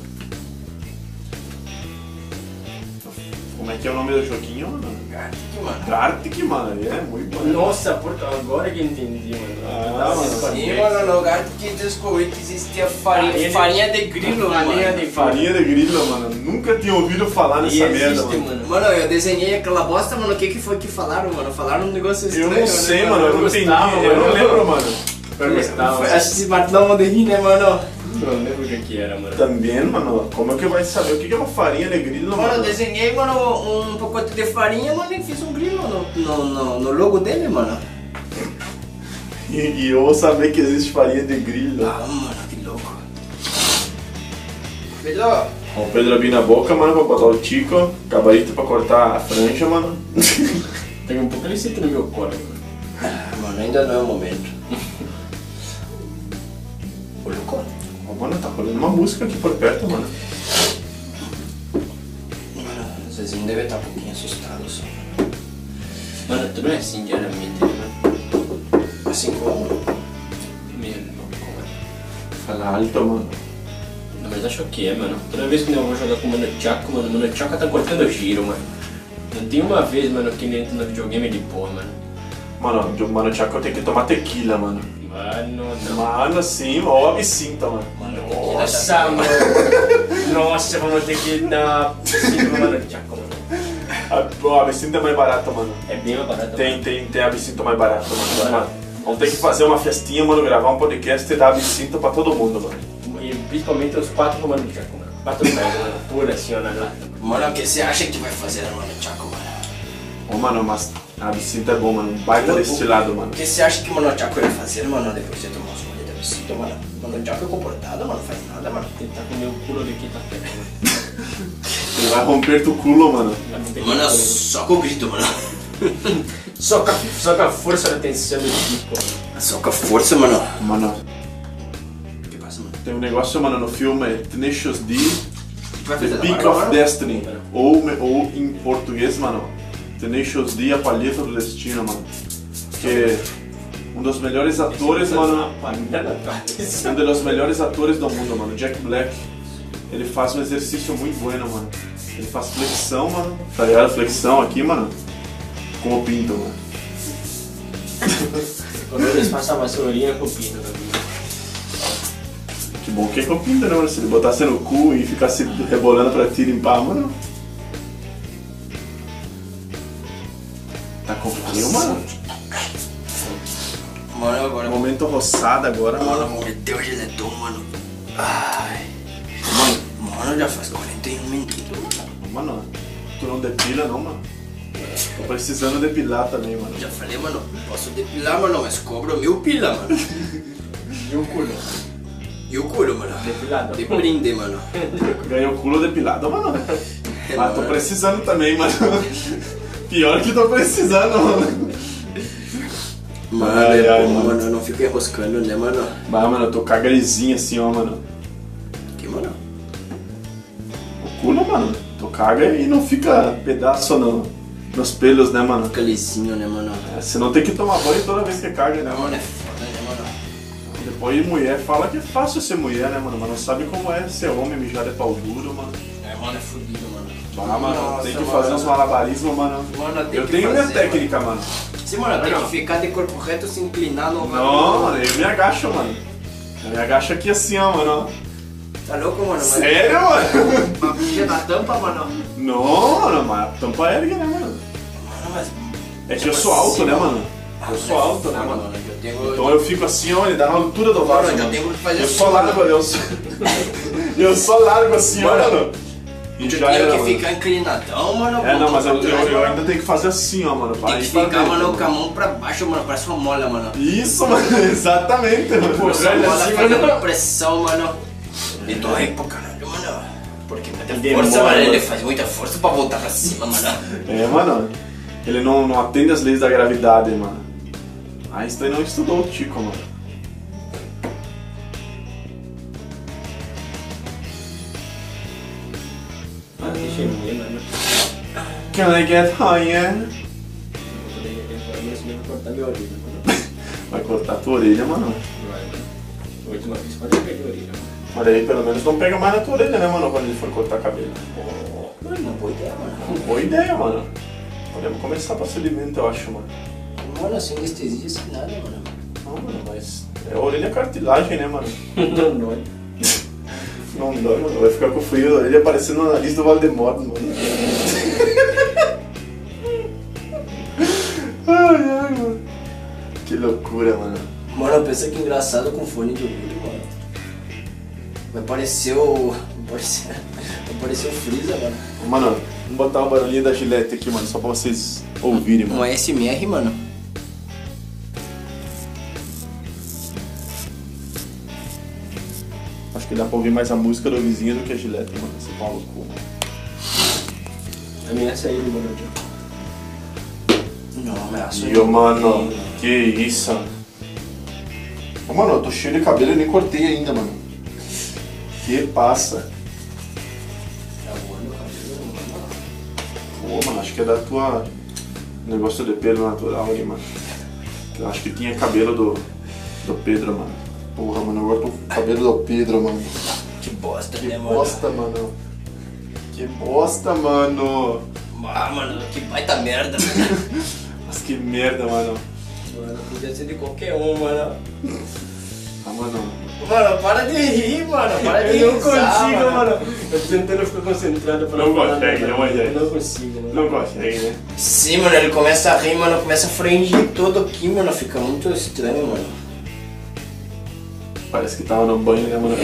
Como é que é o nome do joguinho, mano?
Gatito, mano.
Gartic, mano. É muito bom.
Nossa, porque agora que eu entendi, mano.
Ah,
Dá uma
mano.
Sim,
desconexão.
mano, no lugar que descobri que existia farinha,
Farinha de-
farinha de grilo, mano.
Ah, Farinha de
Farinha de grilo, mano. Nunca tinha ouvido falar
E
nessa merda,
existe,
mano.
mano.
Mano, eu desenhei aquela bosta, mano, o que que foi que falaram, mano? Falaram um negócio estranho,
Eu não sei,
né,
mano. Eu não
Eu
entendi.
gostava,
Eu não
mano.
lembro, mano.
Eu gostava.
Foi- É, Acho que se mataram de rir, né, mano?
Não lembro o que é que era, mano.
Também, mano. Como é que vai saber o que que é uma farinha de grilo,
Mano, eu
mano?
desenhei, mano, um pacote de farinha, mano, e fiz um grilo no, no, no, no logo dele, mano.
E, e eu vou saber que existe farinha de grilo.
Ah, mano, que louco. Melhor.
Ó, o Pedro abrindo a boca, mano, pra botar o tico. Gabarito pra cortar a franja, mano.
Tem um pouco Ele senta no meu colo, mano.
Mano, ainda não é o momento. Ô, Lucão,
Ô, Mano, tá rolando uma música aqui por perto, mano.
mano, o Zezinho deve estar um pouquinho assustado só.
Mano, tu não é assim diariamente, né, mano?
Assim como.
Meu irmão, como é?
Fala alto, mano.
Não, mas acho que é, mano. Toda vez que eu vou jogar com o Mano Chaka, mano, o Mano Chaka tá cortando o giro, mano. Não tem uma vez, mano, que ele entra no videogame de porra, mano.
Mano, do Mano Tchaco eu tenho que tomar tequila, mano.
Mano, não.
Mano, sim, ó, me sinta, mano.
Nossa, mano. Nossa, mano, tem que dar cinco no Mano Chaka, mano.
A, ó, a absinta é mais barata, mano.
É bem mais barato.
Tem, tem, tem absinto mais barato, mano. mano. Vamos ter que fazer uma festinha, mano, gravar um podcast e dar absinto pra todo mundo, mano.
E principalmente os quatro no Mano Chaka, mano. Quatro pés, mano. Pura assim, ó, na lata.
Mano, o que você acha que vai fazer, mano, Chaco, mano?
Ô, mano, mas a absinta é bom, mano. Um baita destilado, mano.
O que você acha que mano Chaco vai fazer, mano, depois de tomar uns molhos de absinto, mano? Mano Chaco é comportado, mano, faz nada, mano.
Ele tá com o meu culo de quinta-feira, mano.
Ele vai romper tu culo, mano.
Tá com
Mano, é
perigo.
só com o grito, mano.
Só com, a, só com a força da tensão do tipo.
Só com a força, mano.
Mano,
O que passa, mano?
tem um negócio, mano, no filme é Tenacious D,
O que vai
The
fazer
Peak
agora,
of
mano?
Destiny. Ou, ou em português, mano, Tenacious D, A Palheta do Destino, mano. Que um dos melhores atores, mano. Um dos melhores atores do mundo, mano, Jack Black. Ele faz um exercício muito bueno, mano. Ele faz flexão, mano. Tá ligado? Flexão aqui, mano. Com o pinto, mano.
Quando eles passam a vassourinha, eu né, copino também.
Que bom que é com o pinto, né, mano? Se ele botasse no cu e ficasse rebolando pra te limpar, mano. Tá complicado, mano.
Mano, agora.
tá Momento roçado agora,
Mano,
mano.
meu Deus, ele é tão, mano. Ai. Mano, mano, já faz 41 minutos.
Mano, tu não depila, não, mano? Tô precisando depilar também, mano.
Já falei, mano, posso depilar, mano, mas cobro mil pila, mano.
E o culo?
E o culo, mano.
Depilado.
De brinde, mano.
Ganhei o culo depilado, mano. Ah, tô
Mano.
precisando também, mano. Pior que tô precisando, mano.
Mano,
Ai,
é
ai,
bom,
mano.
mano, eu não fico enroscando, né, mano?
Bah, mano, eu tô cagrezinho assim, ó, mano.
Que, mano?
O culo, mano, tu caga e não fica pedaço no, nos pelos, né, mano?
Fica lisinho, né, mano?
É, Você não tem que tomar banho toda vez que caga, né, mano?
Mano, é foda, né, mano?
Depois mulher fala que é fácil ser mulher, né, mano? Mas não sabe como é ser homem, mijar de pau duro, mano.
É, mano, é fodido, mano.
Ah, mano,
Nossa,
tem que fazer uns malabarismos, mano.
Mano, tem
eu
que
tenho minha
fazer,
técnica, mano.
Sim, mano, tem
Não.
que ficar de corpo reto, se inclinar no
Não, mano, eu me agacho, mano. Eu me agacho aqui assim, ó, mano.
Tá louco, mano? Mas-
Sério, mano?
Mas fica na tampa, mano.
Não, mano, mas a tampa ergue, né, mano?
Mano, Ah, mas...
É que eu sou alto, né, mano? Eu sou alto,
Ah,
né, mano?
Eu tenho...
Então eu fico assim, ó, ele dá na altura do vaso.
Mano, eu
mano.
tenho que fazer
Eu
assim,
só
mano.
largo, eu só... eu só largo assim, ó,
Mano,
mano. E
Tu
já
tem
era,
que
mano.
ficar inclinadão, mano.
É, não, mas eu,
pra trás,
eu- eu
mano.
ainda tenho que fazer assim, ó, mano. pra
Tem que
ir pra
ficar,
dentro,
mano,
mano.
com a mão pra baixo, mano. Parece uma mola, mano.
Isso, mano, exatamente, mano.
Essa
olha
mola
assim,
fazendo
mano.
pressão, mano. E tô rico pra caralho, mano. Porque muita
Ele
força,
demora,
mano. Ele
mano.
faz muita força pra voltar pra cima, mano.
É, mano. Ele não, não atende as leis da gravidade, mano. Einstein não estudou o Tico, mano.
Ah, deixa eu ver, mano.
Can I get higher?
Eu vou poder ver, mas eu vou cortar minha orelha. mano.
Vai cortar tua orelha, mano.
Vai, mano. Oito, uma vez pode perder a orelha. mano.
Mas aí pelo menos não pega mais na tua orelha, né, mano, quando ele for cortar cabelo.
Mano, boa ideia, mano.
Boa ideia, mano. Podemos começar pra alimento, eu acho, mano.
Mano, sem anestesia, sem nada, mano.
Não, mano, mas. É a orelha é cartilagem, né, mano?
Não dói.
Não dói, mano. Vai ficar com frio da orelha parecendo o nariz do Voldemort, mano. ai, ai, mano. Que loucura, mano.
Mano, pensa que engraçado com fone de ouvido, mano. Vai parecer o. Vai parecer, vai parecer o Freeza, mano.
Mano, vamos botar o barulhinho da Gillette aqui, mano, só pra vocês ouvirem, mano.
Um ASMR, mano.
Acho que dá pra ouvir mais a música do vizinho do que a Gillette, mano. Esse pau no cu, mano.
A minha é saída, mano. tio.
Não, me assusta.
E eu, mano, que isso? Ô, Mano, eu tô cheio de cabelo e nem cortei ainda, mano. Que passa.
Tá voando o cabelo, mano.
Pô, mano, acho que é da tua. Negócio de pelo natural aí, mano. Eu acho que tinha cabelo do. Do Pedro, mano. Porra, mano, agora tô com cabelo do Pedro, mano.
Que bosta,
Que
né, mano?
bosta, mano. Que bosta, mano.
Ah, mano, que baita merda.
Mas que merda, mano.
Mano, podia ser de qualquer um, mano.
Ah, mano.
Mano, para de rir, mano. Para de
Eu não
risar,
consigo,
Eu tô tentando ficar concentrado pra
Não
não falar
consegue,
nada,
não
mano.
consegue.
Eu não consigo, mano.
Não consegue, né?
Sim, mano, ele começa a rir, mano, começa a frangir todo aqui, mano, fica muito estranho, mano.
Parece que tava no banho, né, mano?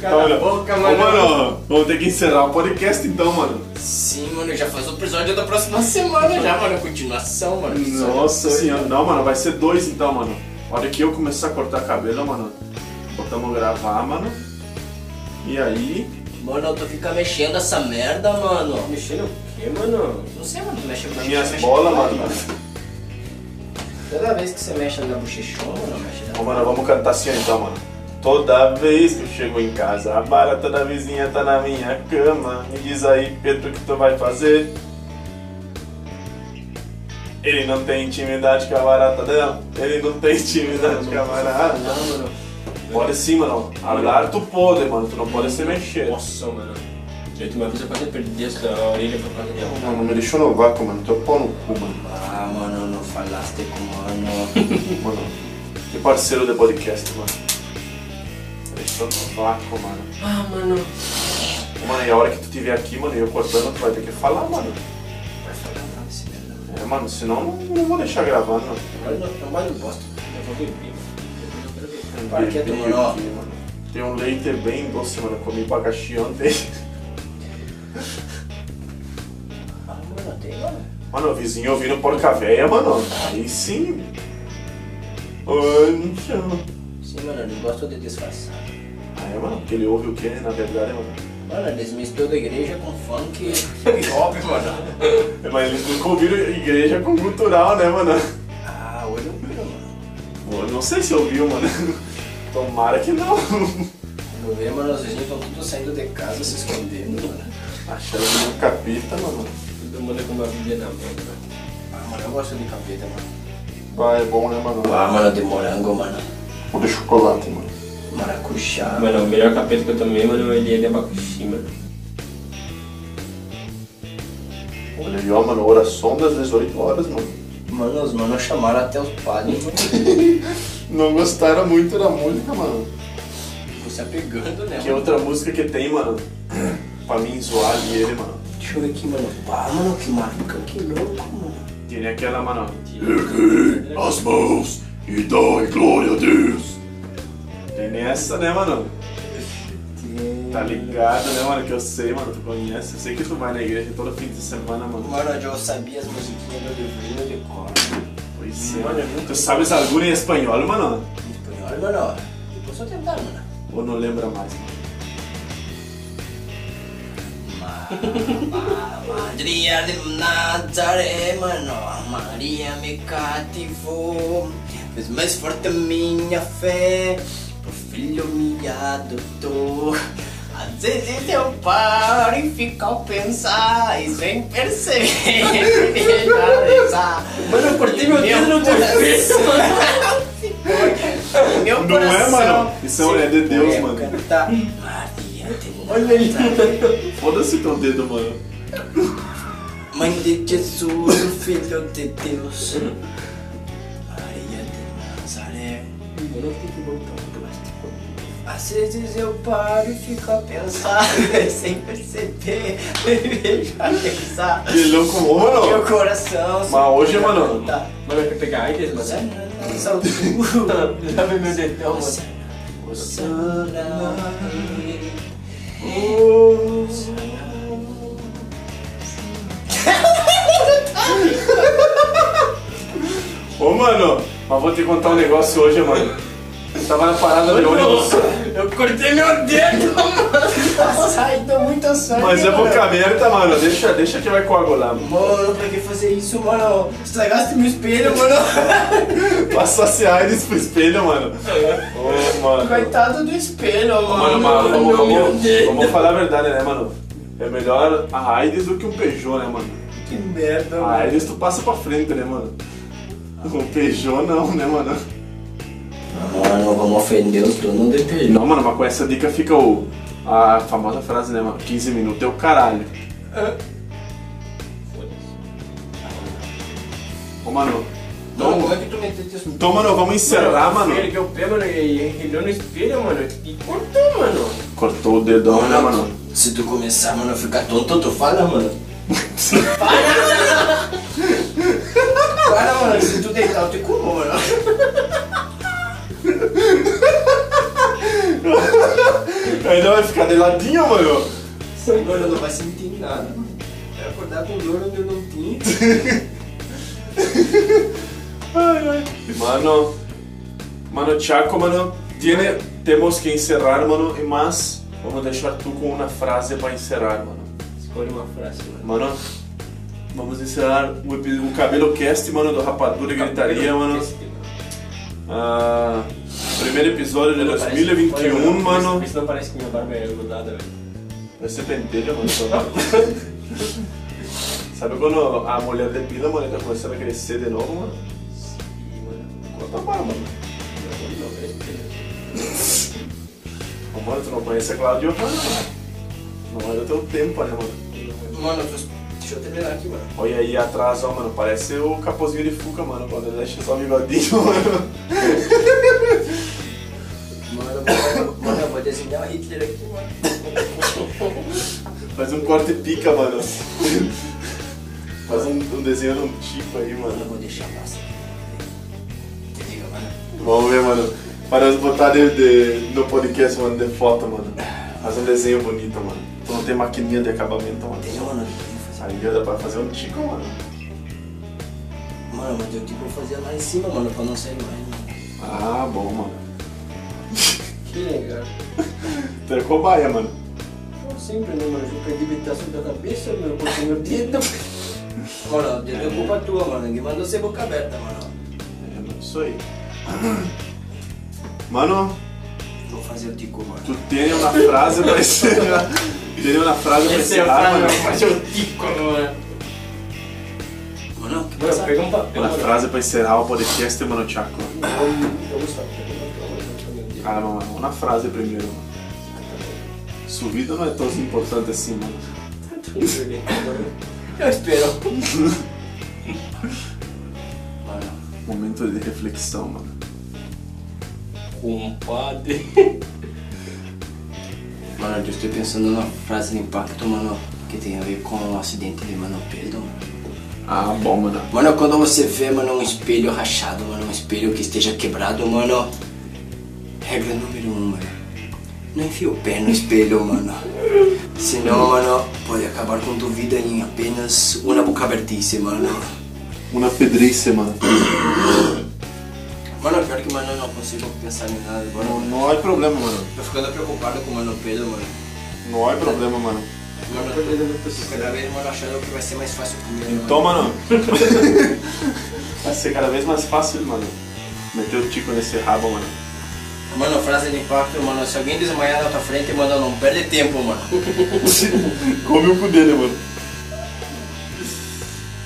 Cala a boca,
Ô,
mano.
mano, vamos ter que encerrar o podcast então, mano.
Sim, mano, já faz o episódio da próxima semana já, mano, continuação, mano.
Nossa senhora.
Não, mano, vai ser dois então, mano. A hora que eu começar a cortar cabelo, mano, botamos gravar, mano. E aí.
Mano, tu fica mexendo essa merda, mano.
Mexendo o quê, mano?
Não sei, mano, tu mexe
é
mexe-
Minhas
assim.
mexe-
bolas, mano.
Toda vez que você mexe na bochechona, mano, mexe na
Ô, mano, vamos cantar assim então, mano. Toda vez que eu chego em casa, a barata da vizinha tá na minha cama. Me diz aí, Pedro, o que tu vai fazer? Ele não tem intimidade com a barata dela. Ele não tem intimidade com a barata.
Não, mano.
Pode sim, mano. Hablar tu pode, mano. Tu não pode se mexer.
Nossa, mano. Eu uma vez eu quase perdi essa orelha por causa de um.
Mano, me deixou no vácuo, mano. Teu pau no cu, mano.
Ah, mano, não falaste com mano.
Mano, que parceiro de podcast, mano. Me Deixou no vácuo, mano.
Ah, mano.
Mano, e a hora que tu tiver aqui, mano, e eu cortando, tu vai ter que falar, mano.
Vai falar nada desse merda.
É, mano, senão eu não vou deixar gravando.
Olha, não, não vale bosta.
Eu vou beber. Depois eu quero beber.
Para quieto,
Bebi
mano, é ó.
um aqui, mano. Tem um leite bem doce, mano. Eu comi abacaxi ontem.
Ah, mano, tem, mano.
Mano, o vizinho ouvindo porca véia, mano. Aí sim. Anjo.
Sim, mano, ele gosta de disfarçar.
Aí, mano, porque ele ouve o que, na verdade, mano?
Mano, eles misturam igreja com funk e hip hop, mano.
Mas eles nunca ouviram igreja com cultural, né, mano?
Ah, olho no olho, mano.
Pô, eu não sei se ouviu, mano. Tomara que não.
Quando vê, mano, os vizinhos estão todos saindo de casa se escondendo, mano.
Achando que um capita, mano.
Todo mundo com uma bíblia na mão, mano.
Ah, mano, eu gosto de capeta, mano.
Vai, é bom, né, mano?
Ah, mano, de morango, mano.
Ou de chocolate, mano.
Maracujá.
Mano, o melhor capeta que eu tomei, mano, ele é de abacaxi, mano.
Olha aí, ó, mano, oração das 18 horas, mano.
Mano, os manos chamaram até os padres.
Não gostaram muito da música, mano.
Você pegando, né?
É, Que outra música que tem, mano? pra mim zoar ali ele, mano.
Deixa eu ver aqui, mano. Ah, mano, que marca, que louco, mano.
Tem aquela, mano.
Erguei as mãos e dai glória a Deus.
Tem essa, né, mano?
É.
Tá ligado, né, mano? Que eu sei, mano. Tu conhece. Eu sei que tu vai na igreja todo fim de semana, mano.
Mano, eu já sabia as musiquinhas do livrinho de cor.
Pois é, mano. Tu sabes alguma em espanhol, mano?
Em
é,
espanhol, mano. Depois eu tentar, mano.
Ou não lembra mais, mano?
Madria de Nazaré, mano, a Maria me cativou, fez mais forte a minha fé, pro filho me adotou. Às vezes eu paro e fico ao pensar, e sem perceber, já rezar.
Mano, eu cortei meu dedo no teu
coração, Meu
Não é,
coração
mano? Isso é- é de
se
Deus,
puder
mano.
cantar. Maria de
Olha ele.
Nazaré.
Foda-se teu dedo, mano.
Mãe de Jesus, o Filho de Deus, Maria de Nazaré.
Eu não então, tenho que voltar.
Às vezes eu paro e fico a pensar, sem perceber, me vejo a pensar.
Que louco, ô, mano.
Meu coração. se
Mas hoje,
puder
mano,
cantar.
Mano, eu quero pegar AIDS, mano.
Só tu.
Já vi meu dedão, mano.
Osana, Osana.
Ô, mano, mas vou te contar um negócio hoje, mano. Eu tava na parada de ônibus.
Eu cortei meu dedo, mano. Tá saindo muito sangue.
Mas é
mano.
boca aberta, mano. Deixa, deixa que vai coagular, mano.
Mano, pra que fazer isso, mano? Estragaste meu espelho, mano.
Passa Cialis pro espelho, mano. Ô, mano.
Coitado do espelho,
Mano,
mano.
mano, vamos,
meu
vamos,
Deus.
vamos falar a verdade, né, mano? É melhor a AIDS do que um Peugeot, né, mano?
Que merda,
A
mano.
AIDS tu passa pra frente, né, mano? Um Peugeot não, né, mano?
Ah, Mano, vamos ofender o dono do espelho.
Não, mano, mas com essa dica fica o... A famosa frase, né, mano? 15 minutos é o caralho. É. Ô, mano...
Mano, como
Então,
é que tu meteu isso?
então, mano, vamos encerrar, mano.
Ele que eu pego, mano, e ele no espelho, mano, e cortou, mano.
Cortou o dedão, né, mano?
Se tu começar, mano, a ficar tonto, tu fala, mano. Para, mano, se tu deitar, eu te como, mano.
Ainda vai ficar de ladinho, mano.
Mano, não vai sentir nada, mano. Vai acordar com dor onde eu não tinha.
Mano, mano, Chaco, mano, tiene, temos que encerrar, mano, e mas vamos deixar tu com uma frase para encerrar, mano.
Escolhe uma frase, mano.
Mano, vamos encerrar o, epi- o cabelo cast, mano, do Rapadura e Gritaria, mano. Ah, primeiro episódio de 2021, mano.
Isso não parece que minha barba é grudada, velho.
Vai ser pentelha, mano. essa barba. Sabe quando a mulher depila, mano, e tá começando a crescer de novo, mano?
Ih, mano.
Corta a barba, mano.
Não, não, não.
Ô, Mano, tu não conhece a Cláudia Giovanna, mano. Não é do teu tempo, né, mano?
Mano, deixa eu terminar aqui, mano.
Olha aí atrás, ó, mano. Parece o Capozinho de Fuca, mano. Quando ele deixa só o bigodinho, mano.
Mano, mano, mano, eu vou desenhar o Hitler aqui, mano.
Faz um corte pica, mano. Faz um, um desenho num tipo aí,
Eu
mano.
vou deixar massa. Te diga, mano.
Vamos ver, mano. Para nós botar de, de- no podcast, mano, de foto, mano. Faz um desenho bonito, mano. Tu não tem maquininha de acabamento, mano.
Tem, um mano.
Aí dá pra fazer um tico, mano.
Mano, mas eu tipo vou fazer lá em cima, mano, pra não sair mais, mano.
Ah, bom, mano.
Que legal.
Tu é cobaia, mano.
Eu sempre, né, mano? Eu perdi a habitação da cabeça, meu, cortei meu dedo.
Mano, deu culpa tua, mano. Ninguém mandou ser boca aberta, mano.
É, mano, isso aí. Mano,
Vou fazer o tico, mano.
Tu tem uma frase pra encerrar. Tem uma frase pra
Esse é o
encerrar,
cara, meu,
mano.
mas eu tico, mano.
Mano, que
Mano,
massa.
pega um papel.
Uma frase pra encerrar o podcast, mano, Tchaco.
Vamos
Cara, mano, uma frase primeiro. mano. Sua vida não é tão importante assim, mano.
Eu espero. mano,
Momento de reflexão, mano.
Compadre.
mano, eu estou pensando na frase de impacto, mano, que tem a ver com o acidente de Mano Pedro, mano.
Ah, bom, mano.
Mano, quando você vê, mano, um espelho rachado, mano, um espelho que esteja quebrado, mano. Regra número um, mano. Não enfia o pé no espelho, mano. Senão, mano, pode acabar com tua vida em apenas uma boca abertice, mano.
Uma pedrice, mano.
Mano, pior que, mano, eu não consigo pensar em nada agora.
Não, não é problema, mano.
Tô ficando preocupado com o Mano Pedro, mano.
Não é problema, mano.
Mano, eu tô- tô cada vez, mano, achando que vai ser mais fácil comigo.
Então, mano. Vai ser cada vez mais fácil, mano. Meter o tico nesse rabo, mano.
Mano, frase de impacto, mano. Se alguém desmaiar na tua frente, mano, não perde tempo, mano.
Come o cu dele, mano.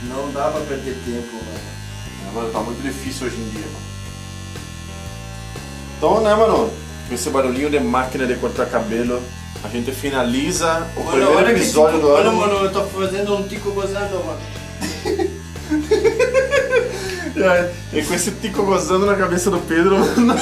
Não dá pra perder tempo, mano.
É, Mano, tá muito difícil hoje em dia, mano. Então, né, mano? Com esse barulhinho de máquina de cortar cabelo, a gente finaliza o primeiro
que
episódio
tico,
do
olha,
ano.
mano, eu tô fazendo um tico gozando, mano.
É, E com esse tico gozando na cabeça do Pedro, mano.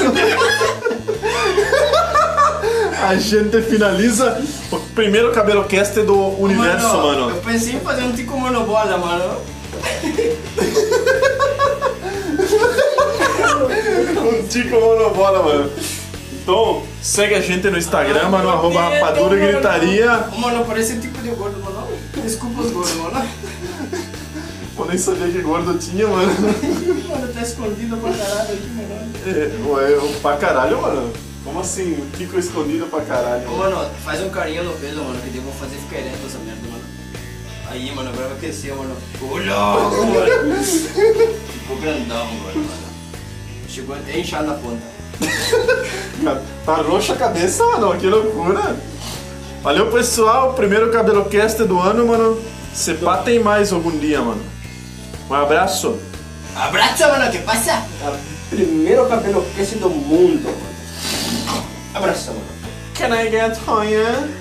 A gente finaliza o primeiro cabelo cast do universo, mano.
Eu pensei em fazer um tico monobola, mano.
Um tico monobola, mano. Então, segue a gente no Instagram, mano, arroba rapadura e gritaria.
Mano, parece um tico de gordo, mano. Desculpa os gordos, mano.
Eu nem sabia que gordo tinha, mano.
Mano, tá escondido pra caralho aqui, mano.
É, ué, eu- pra é um caralho, mano. Como Como assim? O Kiko escondido pra caralho.
Ô, mano, faz um carinho no pelo, mano, que daí eu vou fazer ficar ereto essa merda, mano. Aí, mano, agora vai aquecer, mano. Ô, louco, mano. Ficou grandão, mano, mano. Chegou até a inchar na ponta.
Cara, Tá roxa a cabeça, mano. Que loucura. Valeu, pessoal. Primeiro CabeloCast do ano, mano. Se pá, tem mais algum dia, mano. Um abraço.
Abraço, mano, que passa?
Primeiro cabelo cast do mundo, mano. Abração, mano.
Can I get home, yeah?